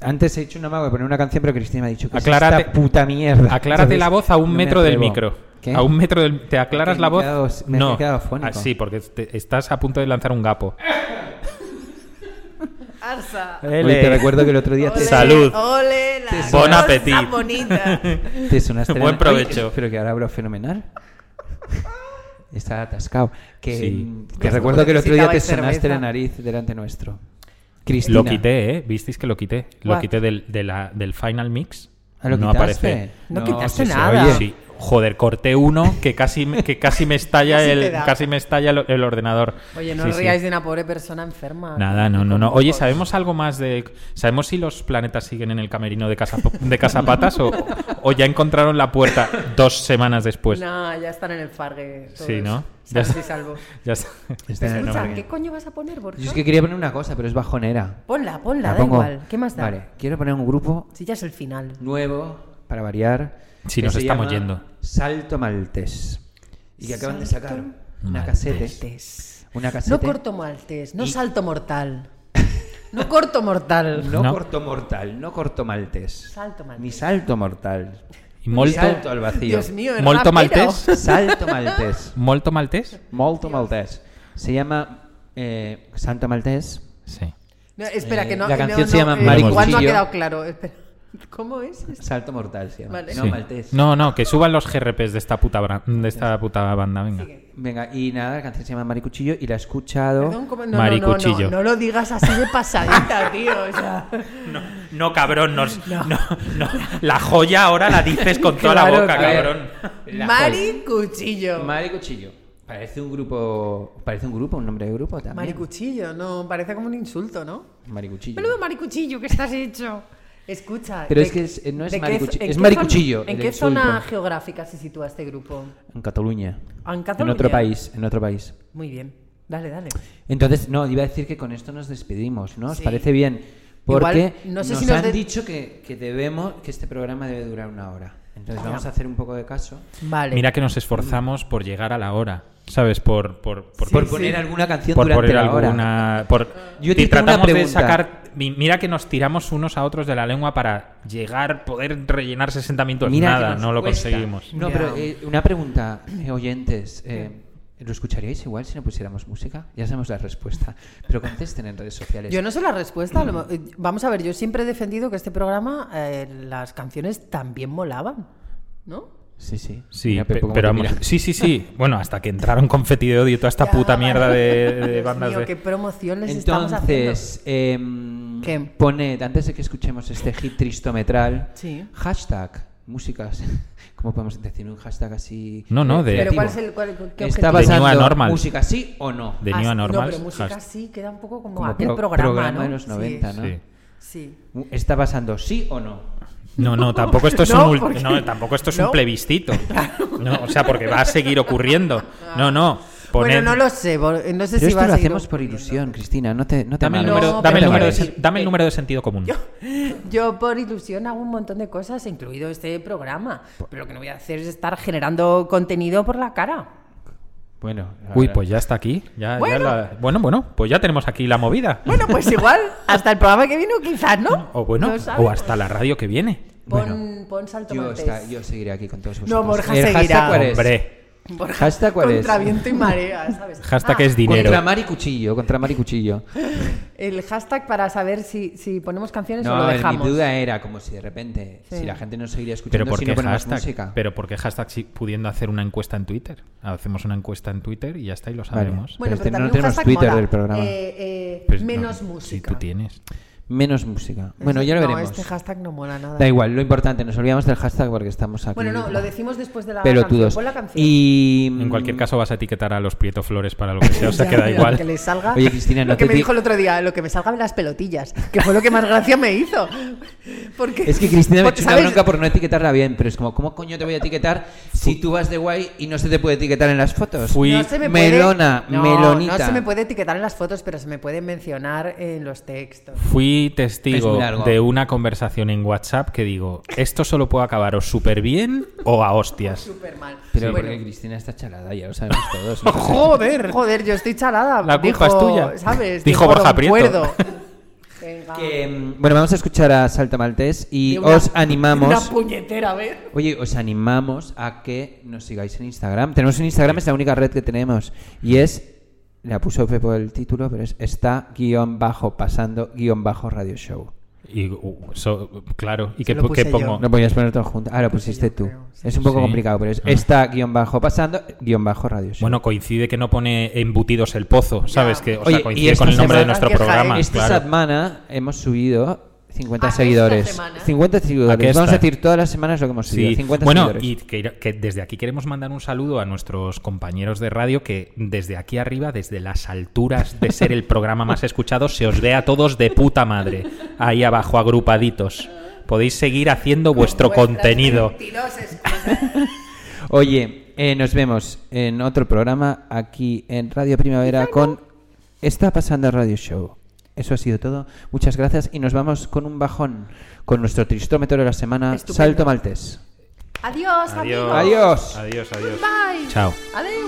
S4: Antes he hecho una mago de poner una canción, pero Cristina me ha dicho que
S7: Aclárate-
S4: es esta puta mierda.
S7: Aclárate
S4: ¿sabes?
S7: la voz a un
S4: No me
S7: metro del
S4: atrevo.
S7: micro.
S4: ¿Qué?
S7: A un metro del. ¿Te aclaras
S4: Porque
S7: la
S4: me he
S7: voz?
S4: quedado- me he
S7: no.
S4: quedado afónico.
S7: Ah, sí, porque te- estás a punto de lanzar un gapo.
S11: Arsa.
S4: Oye, te recuerdo que el otro día te,
S7: Salud.
S11: Ole, la
S7: Bon
S11: cosa
S7: appetit.
S11: bonita.
S4: te sonaste la-
S7: Buen provecho.
S4: Oye, pero que ahora hablo fenomenal. Está atascado. Que,
S7: Sí.
S4: mm, Te
S7: Pues
S4: recuerdo que el otro día te
S11: necesitabais
S4: sonaste
S11: cerveza.
S4: la nariz delante nuestro. Cristina.
S7: Lo quité, ¿eh? ¿Visteis que lo quité? Lo
S6: Guau.
S7: quité del, de la- del final mix.
S4: Ah, ¿lo
S7: no
S4: quitaste?
S7: aparece.
S6: No
S4: sí
S6: quitaste
S4: se
S6: nada.
S4: oye.
S7: Sí. Joder, corté uno que casi, me- que casi me estalla
S11: Casi te
S7: el
S11: da.
S7: casi me estalla el, el ordenador.
S6: Oye, no
S7: Sí, sí.
S6: ríais de una pobre persona enferma.
S7: Nada, no, no, no. Oye, ¿sabemos algo más de sabemos si los planetas siguen en el camerino de casa de Casapatas o, o ya encontraron la puerta dos semanas después?
S6: Nah, ya están en el fargue. todos.
S7: Pues Sí, ¿no? Ya
S6: Sanos
S7: está.
S6: y salvos.
S7: Ya está.
S4: Está en el
S6: Escucha,
S4: nombre.
S6: ¿qué coño vas a poner, Borja?
S4: Yo es que quería poner una cosa, pero es bajonera.
S6: Ponla, ponla,
S4: La
S6: da
S4: pongo.
S6: igual. ¿Qué más da?
S4: Vale, quiero poner un grupo
S6: Si ya es el final.
S4: nuevo, para variar.
S7: Sí,
S4: que
S7: nos
S4: se
S7: estamos
S4: llama
S7: yendo.
S4: Salto Maltés. Y que acaban de
S6: Salto
S4: sacar una casete.
S6: Maltés.
S4: Una casete.
S6: No corto maltés, no
S4: Y-
S6: salto mortal. No corto mortal.
S4: No,
S7: No.
S4: corto mortal, no corto maltés.
S6: Salto maltés.
S4: Ni salto mortal.
S7: Y molto-
S4: Ni salto al vacío.
S6: Dios mío, el
S7: Molto
S6: rapero.
S7: maltés.
S4: Salto maltés.
S7: Molto maltés.
S4: Molto maltés. Se llama eh, Salto Maltés.
S7: Sí.
S6: No, espera,
S4: Eh,
S6: que no.
S4: la
S6: no,
S4: canción
S6: no,
S4: se llama
S6: eh,
S7: Mari
S6: Igual no ha
S4: Cuchillo.
S6: quedado claro. espera. ¿Cómo es?
S4: Salto mortal se llama.
S6: Vale.
S4: No
S7: Sí.
S4: maltés.
S7: No, no, que suban los GRPs de esta puta, bra- de esta puta banda, venga.
S4: Venga, y nada, la canción se llama Maricuchillo y la he escuchado.
S6: Perdón, ¿cómo? No,
S7: Mari
S6: no, no, no,
S7: Cuchillo.
S6: no lo digas así de pasadita, tío. O sea,
S7: No, no, cabrón, no, no, no. La joya ahora la dices con toda la
S6: Claro,
S7: boca,
S6: a ver.
S7: cabrón.
S4: La
S6: Mari Cuchillo.
S4: Mari Cuchillo. Parece un grupo. Parece un grupo, un nombre de grupo también.
S6: Mari Cuchillo, no, parece como un insulto, ¿no?
S4: Mari Cuchillo.
S6: Menudo Mari Cuchillo que estás hecho. Escucha.
S4: Pero
S6: ¿de-
S4: es que es- eh, no es
S6: de qué
S4: Mari
S6: zo-
S4: Cuchillo,
S6: en
S4: es
S6: qué
S4: Mari
S6: zona-
S4: Cuchillo,
S6: ¿En
S4: el
S6: qué zona
S4: insulto.
S6: geográfica se sitúa este grupo?
S4: En Cataluña.
S6: Ah, en Cataluña.
S4: otro país, en otro país.
S6: Muy bien. Dale, dale.
S4: Entonces, no, iba a decir que con esto nos despedimos, ¿no? ¿Os
S6: Sí.
S4: parece bien? Porque
S6: Igual, no sé
S4: nos,
S6: si nos
S4: han
S6: de-
S4: dicho que, que debemos, que este programa debe durar una hora. Entonces vamos a hacer un poco de caso.
S6: Vale.
S7: Mira que nos esforzamos por llegar a la hora, ¿sabes? Por, por, por,
S4: por poner alguna canción
S7: por
S4: durante
S7: poner
S4: la hora.
S7: alguna. Por,
S4: Yo
S7: y
S4: te tengo una
S7: tratamos de
S4: pregunta.
S7: sacar. mi- Mira que nos tiramos unos a otros de la lengua para llegar, poder rellenar 60 minutos.
S4: Mira que
S7: Nada,
S4: nos
S7: no lo
S4: cuesta.
S7: conseguimos.
S4: No,
S6: Ya.
S4: pero eh, una pregunta, eh, oyentes. eh, ¿Lo escucharíais igual si no pusiéramos música? Ya sabemos la respuesta. Pero contesten en redes sociales.
S6: Yo no sé la respuesta. a lo
S7: Mm.
S6: mo- eh, Vamos a ver, yo siempre he defendido que este programa, eh, las canciones también molaban, ¿no?
S4: Sí, sí.
S7: Sí,
S4: Mira,
S7: pe-
S4: Pepo, cómo
S7: pero
S4: te
S7: vamos-
S4: mira.
S7: sí, sí, sí. Bueno, hasta que entraron confeti de odio y toda esta
S6: Ya,
S7: puta
S6: vale.
S7: mierda de, de
S6: Dios
S7: bandas
S6: mío,
S7: de.
S6: qué promoción les estamos haciendo.
S4: Entonces, em,
S6: ¿Qué?
S4: poned, antes de que escuchemos este hit tristometral,
S6: Sí.
S4: hashtag músicas. ¿Cómo podemos decir un hashtag así?
S7: No, no, de-
S6: Pero ¿cuál es
S4: creativo?
S6: el cuál, qué
S4: Está
S6: objetivo?
S7: bas- De New
S4: basando
S7: Anormal.
S4: música sí o no.
S7: De
S6: Ah,
S7: New
S6: sí,
S7: Anormal.
S6: No, pero música
S7: has-
S6: sí queda un poco como,
S4: Como
S6: aquel
S4: pro-
S6: programa, ¿no?
S4: de los 90,
S6: Sí.
S4: ¿no?
S7: Sí.
S6: sí.
S4: Está basando sí o no.
S7: No, no, tampoco esto es
S6: No,
S7: un ul-
S6: porque-
S7: no, tampoco esto es un
S6: no.
S7: plebiscito. No, o sea, porque va a seguir ocurriendo. No, no. Poned-
S6: Ah. Bueno, no lo sé. bo- eh, No sé
S4: Pero
S6: si
S4: esto
S6: va
S4: lo
S6: a seguir
S4: hacemos por ilusión, Cristina. No te, no te
S7: Dame el
S4: amargues.
S7: número,
S6: No,
S7: dame el
S6: pero- Eh,
S7: número de,
S6: Vale.
S7: sen- dame el número de sentido común.
S6: Yo por ilusión hago un montón de cosas, incluido este programa. Pero lo que no voy a hacer es estar generando contenido por la cara.
S4: Bueno,
S7: Uy, pues ya está aquí. Ya- ya
S6: Bueno.
S7: la- bueno, bueno, pues ya tenemos aquí la movida.
S6: Bueno, pues igual, hasta el programa que vino quizás, ¿no?
S7: O bueno,
S6: No
S7: o
S6: sabemos.
S7: hasta la radio que viene.
S6: Pon,
S4: Bueno.
S6: pon salto
S4: yo,
S6: maltés.
S4: está- yo seguiré aquí con todos
S6: No,
S4: vosotros.
S6: Borja
S4: ¿El hashtag
S6: seguirá.
S4: cuál es?
S7: Hombre,
S6: Borja,
S4: ¿Hashtag cuál es?
S6: Contra viento y marea, ¿sabes?
S7: hashtag
S6: Ah,
S7: es dinero.
S4: Contra Mari Cuchillo, contra Mari Cuchillo.
S6: El hashtag para saber si, si ponemos canciones o
S4: No,
S6: lo
S4: a ver,
S6: dejamos.
S4: mi duda ¿eh? era como si de repente,
S6: Sí.
S4: si la gente no seguiría escuchando
S7: Pero ¿por
S4: si
S7: qué
S4: no ponemos
S7: hashtag?
S4: música.
S7: Pero ¿por qué hashtag si pudiendo hacer una encuesta en Twitter? Hacemos una encuesta en Twitter y ya está y lo
S4: Vale.
S7: sabemos.
S4: Pero
S6: Bueno, pero
S4: este- no
S6: también un
S4: tenemos
S6: hashtag
S4: Twitter
S6: mola.
S4: del programa.
S6: Eh, eh,
S7: Pues no,
S6: menos
S7: Si
S6: música.
S7: tú tienes.
S4: Menos música. Bueno, ya lo
S6: no,
S4: veremos.
S6: este hashtag no mola nada.
S4: Da igual, lo importante, nos olvidamos del hashtag porque estamos aquí.
S6: Bueno, no, lo decimos después de la
S4: Pelotudos.
S6: canción. Pon la canción.
S4: Y... mm,
S7: En cualquier caso vas a etiquetar a los Prieto Flores para lo que sea, o sea, queda
S6: Mira,
S7: igual.
S6: Que le salga.
S4: Oye, Cristina, no
S6: lo que
S4: te
S6: me
S4: di-
S6: dijo el otro día, lo que me salga de las pelotillas, que fue lo que más gracia me hizo.
S4: Es que Cristina me
S12: Porque,
S4: echa una
S12: ¿sabes?
S4: bronca por no etiquetarla bien, pero es como, ¿cómo coño te voy a etiquetar si tú vas de guay y no se te puede etiquetar en las fotos?
S7: Fui-
S6: No se me puede-
S4: melona,
S6: no,
S4: melonita.
S6: No se me puede etiquetar en las fotos, pero se me puede mencionar en los textos.
S7: Fui
S4: Es
S7: testigo
S4: muy largo.
S7: de una conversación en WhatsApp que digo, esto solo puede acabar o súper bien o a hostias.
S6: Súper mal.
S4: Pero
S6: Bueno.
S4: porque Cristina está chalada, ya lo sabemos todos. ¿no?
S7: ¡Joder!
S6: Joder, yo estoy chalada.
S7: La culpa
S6: Dijo-
S7: es tuya.
S6: ¿sabes?
S7: Dijo Borja
S6: "Don
S7: Prieto".
S6: Cuerdo. Venga.
S4: Que, mm, bueno, vamos a escuchar a Salta Maltés y
S6: De una-
S4: os animamos.
S6: Una puñetera, a ver.
S4: Oye, os animamos a que nos sigáis en Instagram. Tenemos en Instagram, es la única red que tenemos. Y es, la puso Pepo el título, pero es está guión bajo pasando guión bajo radio show.
S7: Y, uh, so- claro, ¿y qué,
S6: lo
S7: po- qué
S6: puse yo.
S7: pongo?
S4: No podías poner todo junto. Ah, lo pusiste tú. Es un poco
S7: Sí.
S4: complicado, pero es
S7: Ah.
S4: está guión bajo pasando guión bajo radio show.
S7: Bueno, coincide que no pone embutidos el pozo, ¿sabes? Que, o sea,
S4: Oye, y
S7: coincide
S4: esta
S7: con el nombre de
S4: semana-
S7: nuestro programa.
S4: Esta
S7: claro.
S4: semana hemos subido 50
S6: Ah, esta
S4: seguidores.
S6: semana.
S4: 50
S7: ¿A qué
S4: seguidores. Vamos a
S7: esta?
S4: decir todas las semanas lo que hemos subido.
S7: Sí.
S4: 50
S7: bueno,
S4: seguidores.
S7: y que, que desde aquí queremos mandar un saludo a nuestros compañeros de radio que desde aquí arriba, desde las alturas de ser el programa más escuchado, se os ve a todos de puta madre, ahí abajo agrupaditos. Podéis seguir haciendo vuestro contenido.
S4: Oye, eh, nos vemos en otro programa aquí en Radio Primavera con Está pasando Radio Show. Eso ha sido todo. Muchas gracias y nos vamos con un bajón con nuestro tristómetro de la semana,
S6: Estupendo.
S4: Salto Maltés.
S6: Adiós, amigos.
S4: Adiós.
S7: Adiós, adiós.
S6: Bye.
S7: Chao.
S6: Adiós.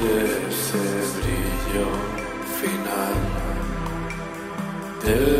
S13: de ese brillo final. Del